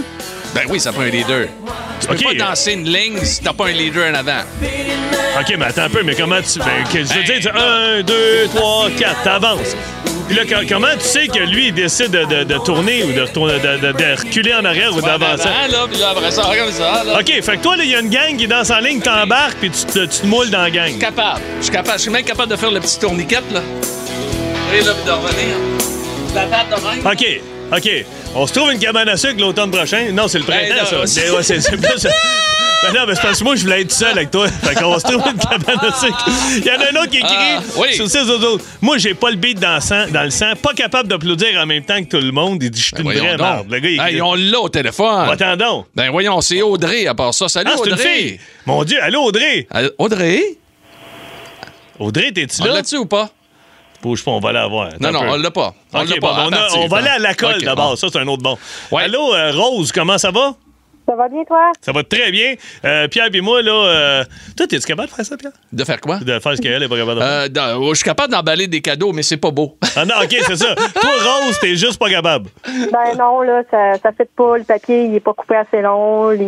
[SPEAKER 2] Ben oui, ça prend un leader. Tu
[SPEAKER 3] OK.
[SPEAKER 2] peux pas danser une ligne si t'as pas un leader en avant.
[SPEAKER 3] OK, mais attends un peu, mais comment tu. Ben, que- je veux dire, tu- un, deux, trois, quatre, t'avances. Puis là, co- comment tu sais que lui, il décide de, de- de tourner ou de, retourner- de- de- de reculer en arrière ou
[SPEAKER 2] En
[SPEAKER 3] d'avancer?
[SPEAKER 2] avant, là, puis là, après ça, comme ça, là.
[SPEAKER 3] OK, fait que toi, là, il y a une gang qui danse en ligne, t'embarques, puis tu te, tu te moules dans la gang.
[SPEAKER 2] Je suis capable. Je suis capable. Je suis même capable de faire le petit tourniquet, là. Et là, puis de revenir. La table de même.
[SPEAKER 3] OK, OK. On se trouve une cabane à sucre l'automne prochain. Non, c'est le
[SPEAKER 2] Ben
[SPEAKER 3] printemps,
[SPEAKER 2] non,
[SPEAKER 3] ça.
[SPEAKER 2] c'est-
[SPEAKER 3] Ben
[SPEAKER 2] [LAUGHS]
[SPEAKER 3] ouais, c'est c'est plus. Ben non, mais c'est parce que moi, je voulais être seul avec toi. Fait qu'on va se trouver une cabane à sucre. Il y en a un autre qui écrit
[SPEAKER 2] Ah, oui.
[SPEAKER 3] sur 6 autres. Moi, j'ai pas le beat dans le, sang, dans le sang, pas capable d'applaudir en même temps que tout le monde. Il dit, je suis une
[SPEAKER 2] Ben Voyons
[SPEAKER 3] vraie
[SPEAKER 2] donc. Ben,
[SPEAKER 3] merde. Le gars, il
[SPEAKER 2] Hey,
[SPEAKER 3] écrit.
[SPEAKER 2] on l'a au téléphone.
[SPEAKER 3] Attends donc.
[SPEAKER 2] Ben voyons, c'est Audrey à part ça. Salut
[SPEAKER 3] Ah, c'est une
[SPEAKER 2] Audrey.
[SPEAKER 3] fille. Mon Dieu, allô, Audrey.
[SPEAKER 2] Allô, Audrey,
[SPEAKER 3] Audrey, t'es-tu
[SPEAKER 2] on
[SPEAKER 3] là?
[SPEAKER 2] l'a-tu ou pas?
[SPEAKER 3] Bouge pas, on va la voir.
[SPEAKER 2] Non,
[SPEAKER 3] Attends
[SPEAKER 2] non,
[SPEAKER 3] un peu.
[SPEAKER 2] on l'a pas. On
[SPEAKER 3] OK,
[SPEAKER 2] l'a
[SPEAKER 3] bon,
[SPEAKER 2] pas.
[SPEAKER 3] on, a-
[SPEAKER 2] Attends,
[SPEAKER 3] on va aller à la colle
[SPEAKER 2] OK,
[SPEAKER 3] d'abord.
[SPEAKER 2] bon.
[SPEAKER 3] Ça, c'est un autre bon.
[SPEAKER 2] Ouais.
[SPEAKER 3] Allô, euh, Rose, comment ça va?
[SPEAKER 9] Ça va bien, toi?
[SPEAKER 3] Ça va très bien. Euh, Pierre et moi, là, euh, toi, t'es-tu capable de faire ça, Pierre?
[SPEAKER 2] De faire quoi?
[SPEAKER 3] De faire ce qu'elle est pas capable de faire.
[SPEAKER 2] Euh, non, je suis capable d'emballer des cadeaux, mais c'est pas beau. [LAUGHS]
[SPEAKER 3] Ah non, OK, c'est ça. Toi, Rose, t'es juste pas capable.
[SPEAKER 2] Ah.
[SPEAKER 9] Ben non, là, ça, ça fait pas. Le papier, il est pas coupé assez long. Les...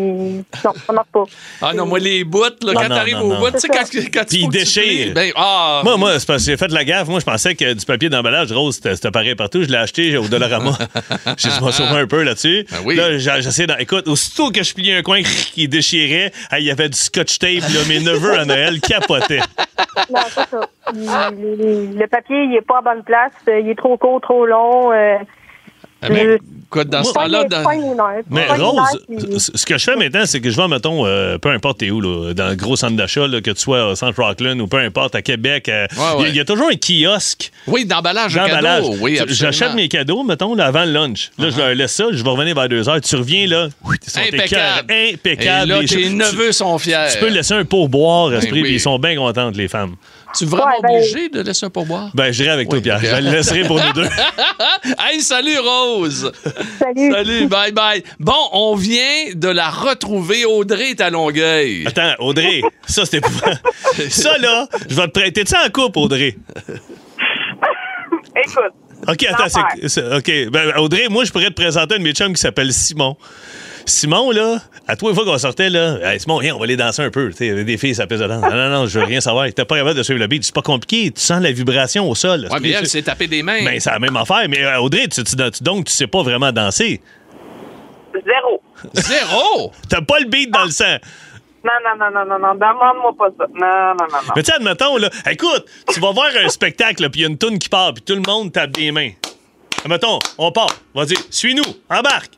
[SPEAKER 9] Non, ça marche pas.
[SPEAKER 2] Ah non, moi, les bouts, là, quand
[SPEAKER 3] non,
[SPEAKER 2] t'arrives
[SPEAKER 3] non,
[SPEAKER 2] au
[SPEAKER 3] non.
[SPEAKER 2] bout, tu sais, quand, quand tu
[SPEAKER 3] Puis
[SPEAKER 2] faut que tu
[SPEAKER 3] ils déchirent.
[SPEAKER 2] plies, Ben, ah,
[SPEAKER 3] Moi, moi, c'est parce que j'ai fait de la gaffe. Moi, je pensais que du papier d'emballage, Rose, c'était c'était pareil partout. Je l'ai acheté
[SPEAKER 2] [LAUGHS]
[SPEAKER 3] au Dollarama. J'ai je m'en sauvé un peu là-dessus.
[SPEAKER 2] Ben oui.
[SPEAKER 3] Là, j'ai- j'essaie d'en... Écoute, aussitôt que je pliais un coin [LAUGHS] qui déchirait, hey, il y avait du scotch tape. Là, mes neveux à Noël capotaient.
[SPEAKER 9] Non, pas ça. Il- il- le papier, il est pas à bonne place. euh, Il est trop court, trop long. Euh,
[SPEAKER 2] mais
[SPEAKER 9] je-
[SPEAKER 2] quoi, eh ben, dans ce
[SPEAKER 9] je pogne-
[SPEAKER 2] temps-là,
[SPEAKER 9] je
[SPEAKER 2] dans-
[SPEAKER 9] pogne les nerfs. Je
[SPEAKER 3] Mais
[SPEAKER 9] pogne les
[SPEAKER 3] Rose,
[SPEAKER 9] nerfs, puis-
[SPEAKER 3] ce ce que je fais maintenant, c'est que je vais, mettons, euh, peu importe t'es où, là, dans le gros centre d'achat, là, que tu sois à Centre Rockland ou peu importe, à Québec, euh, il
[SPEAKER 2] Ouais, ouais.
[SPEAKER 3] y a- il y, a toujours un kiosque
[SPEAKER 2] oui, d'emballage de
[SPEAKER 3] d'emballage.
[SPEAKER 2] cadeaux. Oui,
[SPEAKER 3] Tu-
[SPEAKER 2] absolument. Uh-huh.
[SPEAKER 3] J'achète mes cadeaux, mettons, là, avant le lunch. Là, je leur laisse ça, je vais revenir vers deux heures. Tu reviens, là, oui, ils sont
[SPEAKER 2] Impeccable.
[SPEAKER 3] écoeurs,
[SPEAKER 2] Et
[SPEAKER 3] impeccable.
[SPEAKER 2] là,
[SPEAKER 3] les
[SPEAKER 2] tes
[SPEAKER 3] choses.
[SPEAKER 2] neveux sont fiers.
[SPEAKER 3] Tu, tu peux laisser un pourboire, esprit,
[SPEAKER 2] oui.
[SPEAKER 3] puis ils sont bien contentes, les femmes.
[SPEAKER 2] Tu es vraiment
[SPEAKER 9] Ouais, ben-
[SPEAKER 2] obligé de laisser un pourboire? [LAUGHS]
[SPEAKER 3] Ben, je dirais avec
[SPEAKER 2] Oui,
[SPEAKER 3] toi, Pierre.
[SPEAKER 2] ok.
[SPEAKER 3] Je le laisserai
[SPEAKER 2] [LAUGHS]
[SPEAKER 3] pour nous deux.
[SPEAKER 2] Hey, salut Rose!
[SPEAKER 9] Salut. [LAUGHS]
[SPEAKER 2] Salut, bye bye. Bon, on vient de la retrouver, Audrey est à Longueuil.
[SPEAKER 3] Attends, Audrey, ça, c'était... ça, là, je vais te prêter. T'es-tu en couple, Audrey?
[SPEAKER 9] Écoute.
[SPEAKER 3] OK, attends, c'est- c'est- OK. Ben, Audrey, moi, je pourrais te présenter un de mes chums qui s'appelle Simon. Simon, là, à toi, une fois qu'on sortait, là, Hey, Simon, viens, on va aller danser un peu. Tu sais, des filles, ça pèse de danse. Non, non, non, je veux rien savoir. T'es pas capable de suivre le beat. C'est pas compliqué. Tu sens la vibration au sol.
[SPEAKER 2] Ouais, mais elle s'est tapée des mains.
[SPEAKER 3] Ben, c'est la même affaire. Mais euh, Audrey, tu, tu- tu- donc, tu sais pas vraiment danser.
[SPEAKER 9] Zéro.
[SPEAKER 2] Zéro!
[SPEAKER 3] T'as pas le beat dans le sang.
[SPEAKER 9] Non, non, non, non, non, non. Demande-moi pas ça. Non, non, non, non.
[SPEAKER 3] Mais tu sais, admettons, là, écoute, tu vas voir un spectacle, là, puis il y a une toune qui part, puis tout le monde tape des mains. Admettons, on part. Vas-y, suis-nous, embarque.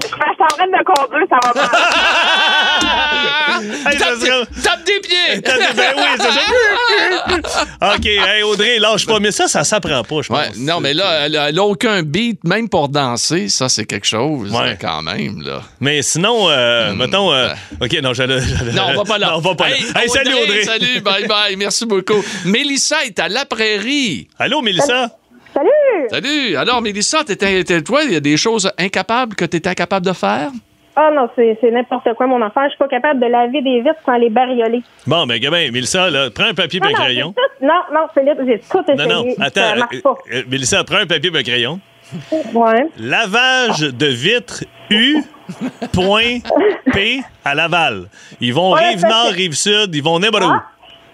[SPEAKER 9] Je suis en train de conduire, ça va pas.
[SPEAKER 3] [LAUGHS] Hey, ça
[SPEAKER 2] Tape,
[SPEAKER 3] serait-
[SPEAKER 2] tape des pieds!
[SPEAKER 3] T'as dit, ben oui, c'est ça. OK, hey, Audrey, lâche pas. Mais ça, ça s'apprend pas, je pense.
[SPEAKER 2] Ouais, non, mais là, elle a- elle a aucun beat, même pour danser, ça, c'est quelque chose,
[SPEAKER 3] Ouais.
[SPEAKER 2] hein, quand même, là.
[SPEAKER 3] Mais sinon, euh, mettons... euh, OK, non, j'allais...
[SPEAKER 2] [LAUGHS]
[SPEAKER 3] j'allais-
[SPEAKER 2] Hmm, Non, on va pas là.
[SPEAKER 3] Non, on va pas là.
[SPEAKER 2] Hey,
[SPEAKER 3] Hey, salut, Audrey.
[SPEAKER 2] Salut, bye bye, merci beaucoup. [LAUGHS] Mélissa est à la prairie.
[SPEAKER 3] Allô, Mélissa?
[SPEAKER 9] [LAUGHS] Salut!
[SPEAKER 2] Salut! Alors, Mélissa, t'étais- t'étais- toi, il y a des choses incapables que t'étais incapable de faire?
[SPEAKER 9] Ah non, c'est c'est n'importe quoi, mon enfant. Je suis pas capable de laver des vitres sans les barioler.
[SPEAKER 3] Bon, ben, gamin, Mélissa, là, prends un papier et un
[SPEAKER 9] Ah non,
[SPEAKER 3] crayon.
[SPEAKER 9] c'est tout- non, non, Philippe, j'ai tout essayé.
[SPEAKER 3] Ben, Non, non,
[SPEAKER 9] Ça
[SPEAKER 3] attends.
[SPEAKER 9] marche
[SPEAKER 3] euh,
[SPEAKER 9] pas.
[SPEAKER 3] euh, Mélissa, prends un papier et un crayon.
[SPEAKER 9] Ouais.
[SPEAKER 3] Lavage de vitres
[SPEAKER 9] [LAUGHS]
[SPEAKER 3] U. Point P à Laval. Ils vont
[SPEAKER 9] Ouais,
[SPEAKER 3] rive
[SPEAKER 9] ça,
[SPEAKER 3] nord,
[SPEAKER 9] c'est-
[SPEAKER 3] rive sud, ils vont n'importe où.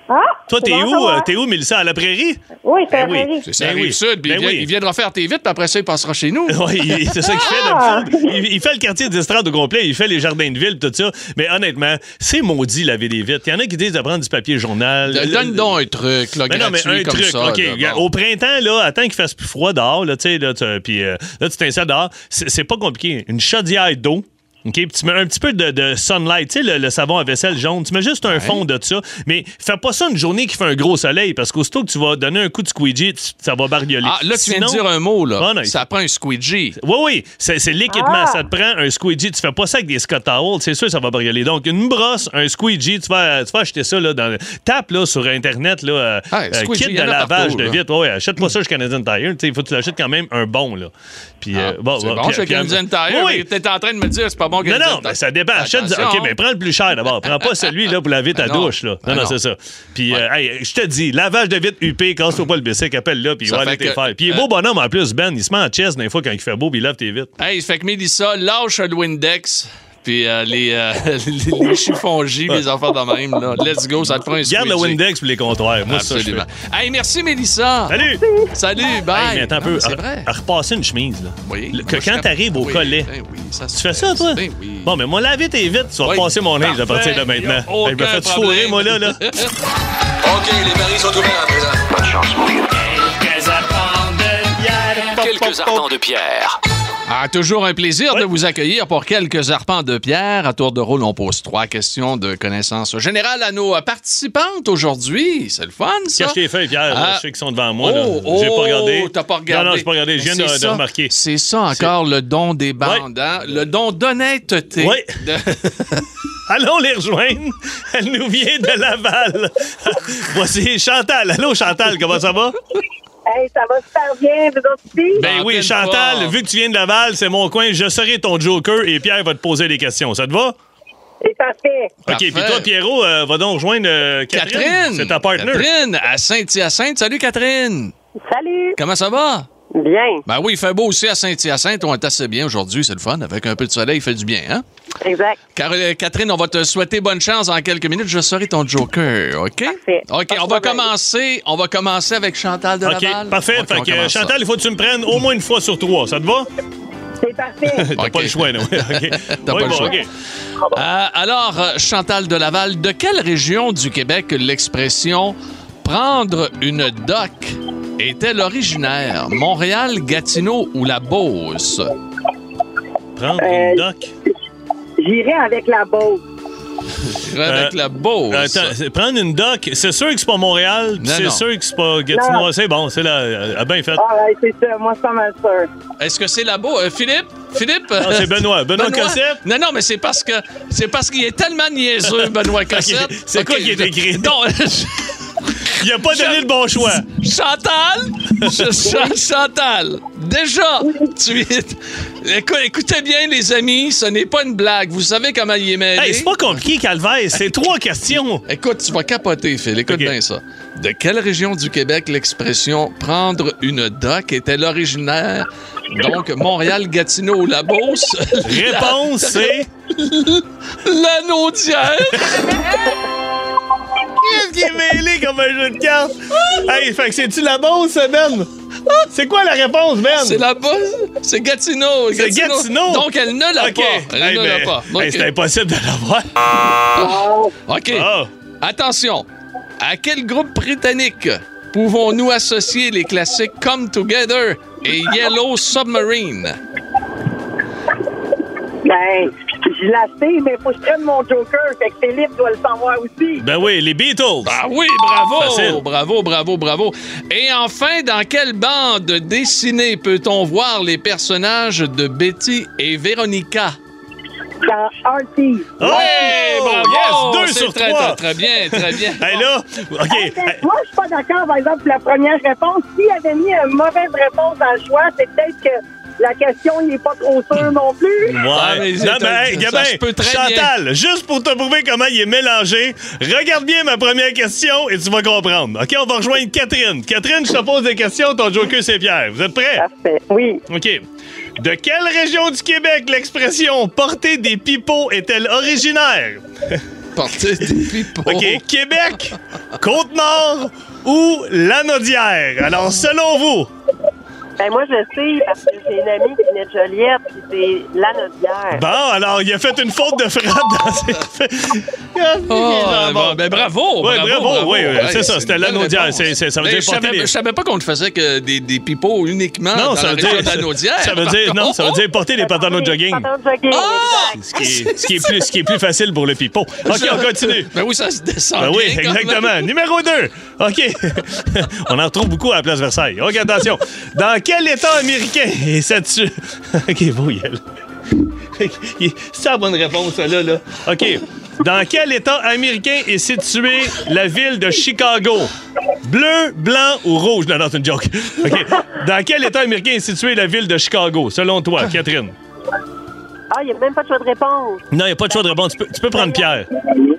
[SPEAKER 9] Ah!
[SPEAKER 3] Toi,
[SPEAKER 9] c'est
[SPEAKER 3] t'es
[SPEAKER 9] bon à
[SPEAKER 3] où, euh,
[SPEAKER 9] savoir.
[SPEAKER 3] t'es où, Mélissa? À la prairie?
[SPEAKER 9] Oui, c'est
[SPEAKER 3] Ben
[SPEAKER 9] un
[SPEAKER 3] oui,
[SPEAKER 9] oui.
[SPEAKER 2] C'est ça,
[SPEAKER 3] Ben
[SPEAKER 2] arrive
[SPEAKER 3] oui.
[SPEAKER 2] sud, puis
[SPEAKER 3] Ben
[SPEAKER 2] il, vient-
[SPEAKER 3] oui.
[SPEAKER 2] il viendra faire tes vite, puis après ça, il passera chez
[SPEAKER 3] [LAUGHS]
[SPEAKER 2] nous. Euh,
[SPEAKER 3] Oui, il- c'est ça qu'il fait d'habitude. Il, il fait le quartier d'estrade au complet, il fait les jardins de ville, tout ça. Mais honnêtement, c'est maudit laver des vitres. Il y en a qui disent de prendre du papier journal.
[SPEAKER 2] De- Donne donc un truc, là,
[SPEAKER 3] Mais Ben non, mais
[SPEAKER 2] gratuit
[SPEAKER 3] un
[SPEAKER 2] comme
[SPEAKER 3] truc,
[SPEAKER 2] ça.
[SPEAKER 3] OK.
[SPEAKER 2] là,
[SPEAKER 3] regarde, oh,
[SPEAKER 2] bon.
[SPEAKER 3] Au printemps, là, attends qu'il fasse plus froid dehors, là, tu sais, là, tu- puis euh, là, tu t'installes dehors. C'est c'est pas compliqué. Une chaudière d'eau. OK, puis tu mets un petit peu de, de sunlight, tu sais, le, le savon à vaisselle jaune, tu mets juste un fond de ça, mais fais pas ça une journée qui fait un gros soleil, parce qu'aussitôt que tu vas donner un coup de squeegee, tu- ça va bargueuler.
[SPEAKER 2] Ah, là, tu viens de
[SPEAKER 3] Sinon-
[SPEAKER 2] dire un mot, là.
[SPEAKER 3] Ah, non, il-
[SPEAKER 2] ça prend un squeegee.
[SPEAKER 3] oui, oui, c'est c'est l'équipement.
[SPEAKER 9] Ah!
[SPEAKER 3] Ça te prend un squeegee. Tu fais pas ça avec des Scott Towels, c'est sûr ça va brûler. Donc, une brosse, un squeegee, tu vas, tu vas acheter ça là, dans le... Tape là, sur Internet, là, euh,
[SPEAKER 2] Ah,
[SPEAKER 3] euh,
[SPEAKER 2] squeegee,
[SPEAKER 3] kit
[SPEAKER 2] y
[SPEAKER 3] de
[SPEAKER 2] en a
[SPEAKER 3] lavage
[SPEAKER 2] partout,
[SPEAKER 3] de
[SPEAKER 2] là. Hmm.
[SPEAKER 3] vitre. Oui, achète pas ça chez Canadian Tire. Tu sais, Il faut que tu l'achètes quand même un bon. Là. Puis, euh, bon,
[SPEAKER 2] Ah, c'est
[SPEAKER 3] bon,
[SPEAKER 2] bon,
[SPEAKER 3] puis-
[SPEAKER 2] c'est
[SPEAKER 3] puis-
[SPEAKER 2] Canadian Tire.
[SPEAKER 3] Oui,
[SPEAKER 2] mais T'es en train de me dire, c'est pas bon
[SPEAKER 3] non,
[SPEAKER 2] Canadian
[SPEAKER 3] non,
[SPEAKER 2] Tire.
[SPEAKER 3] mais ça dépend. Achète, du- OK,
[SPEAKER 2] Attention.
[SPEAKER 3] mais prends le plus cher d'abord. Prends pas celui-là pour laver ta
[SPEAKER 2] Ben non.
[SPEAKER 3] douche. Là. Non,
[SPEAKER 2] Ben
[SPEAKER 3] non,
[SPEAKER 2] non.
[SPEAKER 3] c'est ça. Puis, euh, hey, je te dis, lavage de vitre UP, casse-toi pas le bicycle, appelle-là, puis il
[SPEAKER 2] Ça
[SPEAKER 3] va
[SPEAKER 2] fait
[SPEAKER 3] aller te
[SPEAKER 2] que-
[SPEAKER 3] faire. Puis, il est
[SPEAKER 2] euh,
[SPEAKER 3] beau bonhomme en plus, Ben. Il se met en chest des fois quand il fait beau, puis il lave tes vitres.
[SPEAKER 2] Hey, fait que Mélissa, lâche le Windex, puis euh, les, euh, [LAUGHS] les, les chiffons J, les enfants dans même, là. Let's go, ça te prend un
[SPEAKER 3] Garde le
[SPEAKER 2] squeegee.
[SPEAKER 3] Windex pour les comptoirs. Moi, c'est ça, que je
[SPEAKER 2] Absolument.
[SPEAKER 3] fais.
[SPEAKER 2] Hey, merci, Mélissa.
[SPEAKER 3] Salut!
[SPEAKER 2] Salut,
[SPEAKER 3] Hey,
[SPEAKER 2] bye.
[SPEAKER 3] mais attends un peu.
[SPEAKER 2] Non,
[SPEAKER 3] à-
[SPEAKER 2] C'est vrai.
[SPEAKER 3] À repasser une chemise, là.
[SPEAKER 2] Oui,
[SPEAKER 3] Le- que
[SPEAKER 2] moi, je
[SPEAKER 3] quand
[SPEAKER 2] serais-
[SPEAKER 3] t'arrives au
[SPEAKER 2] oui,
[SPEAKER 3] collet.
[SPEAKER 2] ben oui, ça se
[SPEAKER 3] Tu fais
[SPEAKER 2] fait,
[SPEAKER 3] ça, toi?
[SPEAKER 2] Ben oui.
[SPEAKER 3] Bon, mais moi, laver tes vite, tu vas
[SPEAKER 2] Oui,
[SPEAKER 3] repasser mon linge à
[SPEAKER 2] parfait,
[SPEAKER 3] partir de maintenant.
[SPEAKER 2] y a aucun
[SPEAKER 3] Hey, je me fais
[SPEAKER 2] problème.
[SPEAKER 3] fourrer, moi,
[SPEAKER 2] [LAUGHS]
[SPEAKER 3] là, là.
[SPEAKER 4] Ok, les paris sont ouverts à présent.
[SPEAKER 1] Quelques arpents de pierre.
[SPEAKER 2] Ah, toujours un plaisir
[SPEAKER 3] Ouais.
[SPEAKER 2] de vous accueillir pour quelques arpents de pierre. À tour de rôle, on pose trois questions de connaissance générale à nos euh, participantes aujourd'hui. C'est le fun, ça.
[SPEAKER 3] Cache tes feuilles, Pierre.
[SPEAKER 2] Ah.
[SPEAKER 3] Je sais qu'ils sont devant moi, là.
[SPEAKER 2] Oh,
[SPEAKER 3] J'ai
[SPEAKER 2] oh,
[SPEAKER 3] pas regardé.
[SPEAKER 2] T'as pas regardé.
[SPEAKER 3] Non, non, j'ai pas regardé. Je viens de,
[SPEAKER 2] C'est
[SPEAKER 3] de
[SPEAKER 2] ça,
[SPEAKER 3] remarquer.
[SPEAKER 2] C'est ça encore le don des bandes, hein? le don d'honnêteté.
[SPEAKER 3] Ouais.
[SPEAKER 2] De-
[SPEAKER 3] Allons les rejoindre. [LAUGHS] Elle nous vient de Laval. [LAUGHS] Voici Chantal. Allô, Chantal, comment
[SPEAKER 2] [LAUGHS]
[SPEAKER 3] ça va?
[SPEAKER 9] Hey, ça va super bien, vous autres aussi?
[SPEAKER 3] Ben
[SPEAKER 2] Chantal
[SPEAKER 3] oui, Chantal,
[SPEAKER 2] Fort.
[SPEAKER 3] vu que tu viens de Laval, c'est mon coin. Je serai ton joker et Pierre va te poser des questions. Ça te va?
[SPEAKER 9] C'est parfait.
[SPEAKER 3] OK,
[SPEAKER 2] Parfait.
[SPEAKER 3] puis toi, Pierrot, euh, va donc rejoindre euh, [LAUGHS] Catherine.
[SPEAKER 2] Catherine.
[SPEAKER 3] C'est ta partner.
[SPEAKER 2] Catherine, à Saint-Hyacinthe. Salut, Catherine.
[SPEAKER 9] Salut!
[SPEAKER 2] Comment ça va?
[SPEAKER 9] Bien,
[SPEAKER 2] Ben oui, il fait beau aussi à Saint-Hyacinthe. On est assez bien aujourd'hui, c'est le fun. Avec un peu de soleil, il fait du bien, hein?
[SPEAKER 9] exact.
[SPEAKER 2] Car- euh, Catherine, on va te souhaiter bonne chance dans quelques minutes. Je serai ton joker, OK?
[SPEAKER 9] Parfait.
[SPEAKER 2] OK,
[SPEAKER 9] Pas de
[SPEAKER 2] on va
[SPEAKER 9] problème.
[SPEAKER 2] commencer. On va commencer avec Chantal de
[SPEAKER 3] OK,
[SPEAKER 2] Laval.
[SPEAKER 3] parfait.
[SPEAKER 2] OK,
[SPEAKER 3] Fait
[SPEAKER 2] on
[SPEAKER 3] que,
[SPEAKER 2] commence ça.
[SPEAKER 3] Chantal, il faut que tu me prennes au moins une fois sur trois. Ça
[SPEAKER 2] [LAUGHS]
[SPEAKER 3] te va?
[SPEAKER 9] C'est
[SPEAKER 3] [LAUGHS]
[SPEAKER 9] parfait.
[SPEAKER 3] T'as
[SPEAKER 2] OK.
[SPEAKER 3] pas
[SPEAKER 2] [LAUGHS]
[SPEAKER 3] le choix, non? OK.
[SPEAKER 2] T'as
[SPEAKER 3] Oui,
[SPEAKER 2] pas le
[SPEAKER 3] bon,
[SPEAKER 2] choix.
[SPEAKER 3] OK.
[SPEAKER 2] Euh, alors, euh, Chantal de Laval, de quelle région du Québec l'expression prendre une doc est-elle originaire? Montréal, Gatineau ou la Beauce?
[SPEAKER 3] Prendre
[SPEAKER 9] Euh,
[SPEAKER 3] une doc.
[SPEAKER 9] J'irai avec la Beauce.
[SPEAKER 2] Je dirais Avec
[SPEAKER 3] Euh,
[SPEAKER 2] la Beauce.
[SPEAKER 3] Attends, c'est- prendre une doc, c'est sûr que c'est pas Montréal, puis
[SPEAKER 2] Non, non.
[SPEAKER 3] c'est sûr que c'est pas Gatineau.
[SPEAKER 9] Non.
[SPEAKER 3] C'est bon, c'est là. Ah, bien fait.
[SPEAKER 9] Ah, ouais, c'est ça, moi, c'est pas mal sûr.
[SPEAKER 2] Est-ce que c'est la Beauce? Euh, Philippe? Philippe?
[SPEAKER 3] Non, Ah, c'est Benoît. Benoît Cossette?
[SPEAKER 2] Non, non, mais c'est parce que c'est parce qu'il est tellement
[SPEAKER 3] [LAUGHS]
[SPEAKER 2] niaiseux, Benoît Cossette.
[SPEAKER 3] C'est quoi
[SPEAKER 2] Ok,
[SPEAKER 3] qui est écrit?
[SPEAKER 2] Non,
[SPEAKER 9] Ah.
[SPEAKER 3] Il a pas donné le bon choix.
[SPEAKER 2] [LAUGHS] Chantal,
[SPEAKER 3] [LAUGHS]
[SPEAKER 2] Ch- Ch- Chantal, déjà, tu es- Écou- écoutez bien les amis, ce n'est pas une blague. Vous savez comment il est mêlé.
[SPEAKER 3] Hey, c'est pas compliqué, Calvaire. C'est trois questions.
[SPEAKER 2] Écoute, tu vas capoter, Phil. Écoute
[SPEAKER 3] Ok.
[SPEAKER 2] bien ça. De quelle région du Québec l'expression prendre une doc était originaire? Donc, Montréal, Gatineau ou la Beauce?
[SPEAKER 3] Réponse, c'est.
[SPEAKER 2] L'anneau d'hier?
[SPEAKER 3] [LAUGHS] Qu'est-ce qui est mêlé comme un jeu de cartes? hey, fait que c'est-tu la Beauce, Ben? C'est quoi la réponse, Ben?
[SPEAKER 2] C'est la Beauce? C'est Gatineau.
[SPEAKER 3] C'est Gatineau.
[SPEAKER 2] Donc, elle ne l'a
[SPEAKER 3] OK.
[SPEAKER 2] pas. Elle
[SPEAKER 3] Hey,
[SPEAKER 2] ne
[SPEAKER 3] ben,
[SPEAKER 2] l'a pas. Donc,
[SPEAKER 3] hey, c'est impossible de l'avoir.
[SPEAKER 2] [LAUGHS] OK.
[SPEAKER 3] Ah.
[SPEAKER 2] Attention! À quel groupe britannique pouvons-nous associer les classiques Come Together et Yellow Submarine?
[SPEAKER 9] Ben, je la sais, mais faut que je prenne mon Joker, fait que Philippe doit le savoir aussi.
[SPEAKER 3] Ben oui, les Beatles.
[SPEAKER 2] Ah oui, bravo!
[SPEAKER 3] Facile.
[SPEAKER 2] Bravo, bravo, bravo. Et enfin, dans quelle bande dessinée peut-on voir les personnages de Betty et Veronica?
[SPEAKER 9] Dans Artie.
[SPEAKER 3] Oh,
[SPEAKER 2] Ouais, bravo!
[SPEAKER 3] Yes, deux
[SPEAKER 2] Oh, C'est
[SPEAKER 3] sur
[SPEAKER 2] très,
[SPEAKER 3] trois.
[SPEAKER 2] Très, très bien, très bien.
[SPEAKER 3] Hey, là, OK.
[SPEAKER 9] Hey, ben,
[SPEAKER 3] hey,
[SPEAKER 9] moi, je suis pas d'accord, par exemple, pour la première réponse. S'il avait mis une mauvaise réponse dans le choix, c'est peut-être que La question n'est pas trop sûre non plus.
[SPEAKER 3] Ouais.
[SPEAKER 2] Ah, mais
[SPEAKER 3] non,
[SPEAKER 2] c'est-
[SPEAKER 3] mais, hey,
[SPEAKER 2] ça
[SPEAKER 3] Gabin,
[SPEAKER 2] se peut très
[SPEAKER 3] Chantal, juste pour te prouver comment il est mélangé, regarde bien ma première question et tu vas comprendre. OK, on va rejoindre Catherine. Catherine, je te pose des questions, ton joker, c'est Pierre. Vous êtes prêts?
[SPEAKER 9] Parfait. Oui.
[SPEAKER 3] OK. De quelle région du Québec l'expression porter des pipeaux est-elle originaire?
[SPEAKER 2] Porter des
[SPEAKER 3] [LAUGHS]
[SPEAKER 2] pipeaux.
[SPEAKER 3] OK, Québec, Côte-Nord ou Lanaudière? Alors, selon vous,
[SPEAKER 9] Ben moi, je le sais parce que j'ai une amie qui venait de Joliette, puis c'est la Nodière.
[SPEAKER 3] bon, alors, il a fait une faute de frappe
[SPEAKER 2] [LAUGHS]
[SPEAKER 3] dans ses... Ah,
[SPEAKER 2] Oh, euh, bon, ben bravo!
[SPEAKER 3] Ouais, bravo, oui, oui,
[SPEAKER 2] Ouais,
[SPEAKER 3] c'est ça,
[SPEAKER 2] une
[SPEAKER 3] c'était
[SPEAKER 2] bonne
[SPEAKER 3] l'anodière,
[SPEAKER 2] réponse.
[SPEAKER 3] c'est- c'est- ça veut
[SPEAKER 2] Mais
[SPEAKER 3] dire
[SPEAKER 2] je
[SPEAKER 3] porter
[SPEAKER 2] savais,
[SPEAKER 3] des-
[SPEAKER 2] je savais pas qu'on ne faisait que des, des pipeaux uniquement
[SPEAKER 3] Non,
[SPEAKER 2] dans
[SPEAKER 3] ça
[SPEAKER 2] la
[SPEAKER 3] veut dire.
[SPEAKER 2] région d'Anaudière.
[SPEAKER 3] Ça veut dire.
[SPEAKER 2] [LAUGHS]
[SPEAKER 3] Non, ça veut dire porter des pantalons de jogging.
[SPEAKER 9] Pantalon de jogging.
[SPEAKER 2] Ah!
[SPEAKER 9] exact.
[SPEAKER 3] Ce qui, est, ce qui est plus, ce qui est plus facile pour le pipeau. OK, on continue.
[SPEAKER 2] Ben oui, ça se descend
[SPEAKER 3] Ben oui,
[SPEAKER 2] bien quand même.
[SPEAKER 3] exactement. Numéro 2. OK. [LAUGHS] on en retrouve beaucoup à la place Versailles. OK, attention. Dans quel État américain est cette... su- [LAUGHS] OK, beau, Yael. C'est la bonne réponse, ça, là, là. OK. Dans quel État américain est située la ville de Chicago? Bleu, blanc ou rouge? Non, non, c'est une joke. OK. Dans quel État américain est située la ville de Chicago, selon toi, Catherine?
[SPEAKER 9] Ah, il n'y a même pas de choix de réponse.
[SPEAKER 3] Non, il n'y a pas de choix de réponse. Tu peux, tu peux prendre Pierre.
[SPEAKER 9] C'est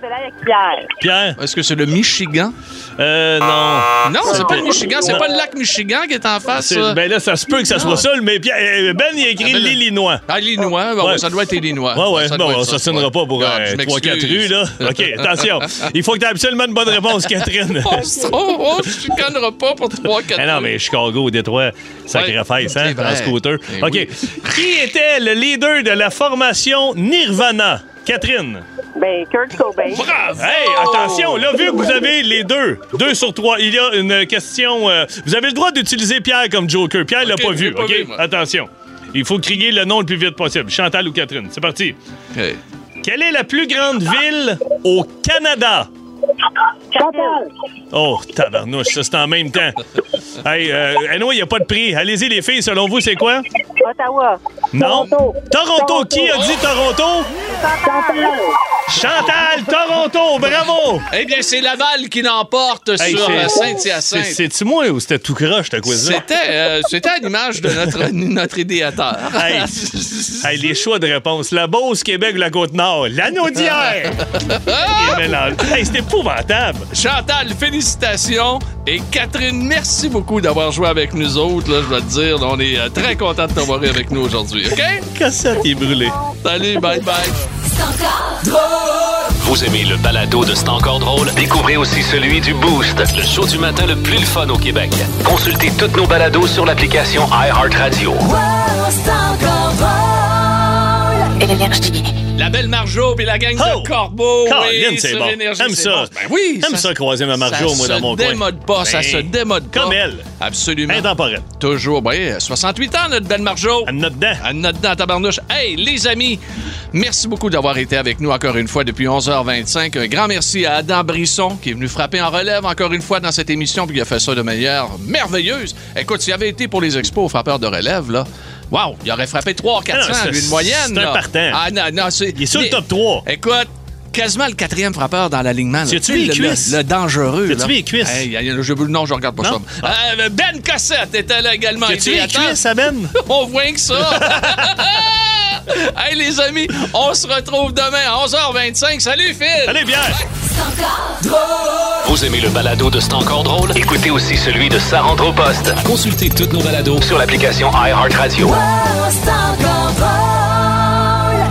[SPEAKER 9] là avec Pierre.
[SPEAKER 3] Pierre?
[SPEAKER 2] Est-ce que c'est le Michigan?
[SPEAKER 3] Euh, non.
[SPEAKER 2] Non, c'est pas le Michigan, c'est
[SPEAKER 3] Non.
[SPEAKER 2] pas le lac Michigan qui est en face.
[SPEAKER 3] C'est-
[SPEAKER 2] euh,
[SPEAKER 3] Ben là, ça se peut que ça soit ça, mais Pierre- euh, Ben, il a écrit
[SPEAKER 2] Ah, ben là.
[SPEAKER 3] l'Illinois.
[SPEAKER 2] Ah, l'Illinois, bon,
[SPEAKER 3] Ouais.
[SPEAKER 2] ça doit être Illinois.
[SPEAKER 3] Ouais, ouais,
[SPEAKER 2] ça
[SPEAKER 3] bon,
[SPEAKER 2] doit
[SPEAKER 3] on
[SPEAKER 2] être
[SPEAKER 3] ne
[SPEAKER 2] ouais.
[SPEAKER 3] pas pour
[SPEAKER 2] Ah, je
[SPEAKER 3] 3-4
[SPEAKER 2] m'excuse.
[SPEAKER 3] rues, là.
[SPEAKER 2] [LAUGHS]
[SPEAKER 3] OK, attention. Il faut que tu aies absolument une bonne réponse,
[SPEAKER 2] [LAUGHS]
[SPEAKER 3] Catherine.
[SPEAKER 2] On se on se chicanera oh, pas pour 3-4
[SPEAKER 3] Eh non, mais Chicago, Détroit, sacré
[SPEAKER 2] Ouais,
[SPEAKER 3] fesse, hein,
[SPEAKER 2] c'est
[SPEAKER 3] en
[SPEAKER 2] vrai.
[SPEAKER 3] scooter.
[SPEAKER 2] Eh
[SPEAKER 3] OK.
[SPEAKER 2] oui.
[SPEAKER 3] Qui était le leader de la formation Nirvana? Catherine.
[SPEAKER 9] Ben, Kurt Cobain.
[SPEAKER 2] Bravo!
[SPEAKER 3] Hey, attention, là, vu que vous avez les deux, deux sur trois, il y a une question. euh, vous avez le droit d'utiliser Pierre comme joker. Pierre l'a
[SPEAKER 2] Ok,
[SPEAKER 3] pas
[SPEAKER 2] je l'ai
[SPEAKER 3] vu,
[SPEAKER 2] pas
[SPEAKER 3] OK?
[SPEAKER 2] vu, moi.
[SPEAKER 3] attention. Il faut crier le nom le plus vite possible. Chantal ou Catherine, c'est parti.
[SPEAKER 2] Hey.
[SPEAKER 3] Quelle est la plus grande ville au Canada?
[SPEAKER 9] Chantal.
[SPEAKER 3] Oh, tabarnouche, ça, c'est en même temps. Hey, euh, anyway, il n'y a pas de prix. Allez-y, les filles, selon vous, c'est quoi?
[SPEAKER 9] Ottawa.
[SPEAKER 3] Non.
[SPEAKER 9] Toronto.
[SPEAKER 3] Toronto, qui a dit Toronto?
[SPEAKER 9] Chantal.
[SPEAKER 3] Chantal, Toronto, bravo!
[SPEAKER 2] Eh bien, c'est Laval qui l'emporte
[SPEAKER 3] Hey,
[SPEAKER 2] sur
[SPEAKER 3] c'est-
[SPEAKER 2] euh,
[SPEAKER 3] c'est-
[SPEAKER 2] Saint-Hyacinthe.
[SPEAKER 3] C'est-tu moi ou c'était tout croche, ta quiz-là?
[SPEAKER 2] C'était euh, c'était à l'image de
[SPEAKER 3] [LAUGHS]
[SPEAKER 2] notre, notre idéateur. [LAUGHS]
[SPEAKER 3] Hey. Hey, les choix de réponse. La Beauce, Québec ou la Côte-Nord? L'anneau
[SPEAKER 2] [LAUGHS]
[SPEAKER 3] d'hier!
[SPEAKER 2] Ah!
[SPEAKER 3] Il mélange. Hey, c'est épouvantable!
[SPEAKER 2] Chantal, félicitations. Et Catherine, merci beaucoup d'avoir joué avec nous autres. Là, je dois te dire, on est euh, très content de t'avoir eu avec nous aujourd'hui. OK?
[SPEAKER 3] Cassette est brûlé.
[SPEAKER 2] Salut, bye bye.
[SPEAKER 1] Vous aimez le balado de C'est encore drôle? Découvrez aussi celui du Boost, le show du matin le plus le fun au Québec. Consultez toutes nos balados sur l'application iHeartRadio.
[SPEAKER 2] La belle Marjo et la gang
[SPEAKER 3] Oh!
[SPEAKER 2] de Corbeau.
[SPEAKER 3] Caroline,
[SPEAKER 2] oui,
[SPEAKER 3] c'est
[SPEAKER 2] sur
[SPEAKER 3] bon.
[SPEAKER 2] Énergie,
[SPEAKER 3] Aime
[SPEAKER 2] c'est
[SPEAKER 3] ça.
[SPEAKER 2] bon. Ben oui.
[SPEAKER 3] Aime ça, croiser ma Marjo, moi, dans mon
[SPEAKER 2] Ça se
[SPEAKER 3] coin.
[SPEAKER 2] démode pas, ça
[SPEAKER 3] Ben,
[SPEAKER 2] se démode pas.
[SPEAKER 3] comme elle.
[SPEAKER 2] Absolument.
[SPEAKER 3] Intemporel.
[SPEAKER 2] Toujours. Ben, 68 ans, notre belle Marjo.
[SPEAKER 3] À notre dent.
[SPEAKER 2] À notre dent, tabarnouche. Hey, les amis, merci beaucoup d'avoir été avec nous encore une fois depuis 11h25. Un grand merci à Adam Brisson qui est venu frapper en relève encore une fois dans cette émission puis qui a fait ça de manière merveilleuse. Écoute, s'il avait été pour les expos aux frappeurs de relève, là, wow, il aurait frappé 3 400
[SPEAKER 3] Ah non,
[SPEAKER 2] lui,
[SPEAKER 3] c'est-
[SPEAKER 2] de moyenne.
[SPEAKER 3] c'est un
[SPEAKER 2] là.
[SPEAKER 3] partant.
[SPEAKER 2] Ah non, non, c'est...
[SPEAKER 3] Il est sur le
[SPEAKER 2] mais-
[SPEAKER 3] top 3.
[SPEAKER 2] Écoute, quasiment le quatrième frappeur dans l'alignement. là.
[SPEAKER 3] T'as-tu vu les
[SPEAKER 2] le, le-
[SPEAKER 3] cuisses?
[SPEAKER 2] le dangereux.
[SPEAKER 3] T'as-tu
[SPEAKER 2] là.
[SPEAKER 3] vu les cuisses?
[SPEAKER 2] Hey, y a- y a- je, non, je regarde pas
[SPEAKER 3] Non?
[SPEAKER 2] ça. Euh, ben Cossette était là également.
[SPEAKER 3] As-tu
[SPEAKER 2] Il dit,
[SPEAKER 3] les
[SPEAKER 2] attends,
[SPEAKER 3] cuisses
[SPEAKER 2] [LAUGHS]
[SPEAKER 3] à Ben?
[SPEAKER 2] on voit que ça. [LAUGHS] hey, les amis, on se retrouve demain à 11h25. Salut, Phil!
[SPEAKER 3] Allez, Pierre!
[SPEAKER 1] Vous aimez le balado de C'est encore drôle? Écoutez aussi celui de Sa rentre au poste. Consultez toutes nos balados sur l'application iHeartRadio.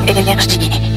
[SPEAKER 10] Et l'énergie.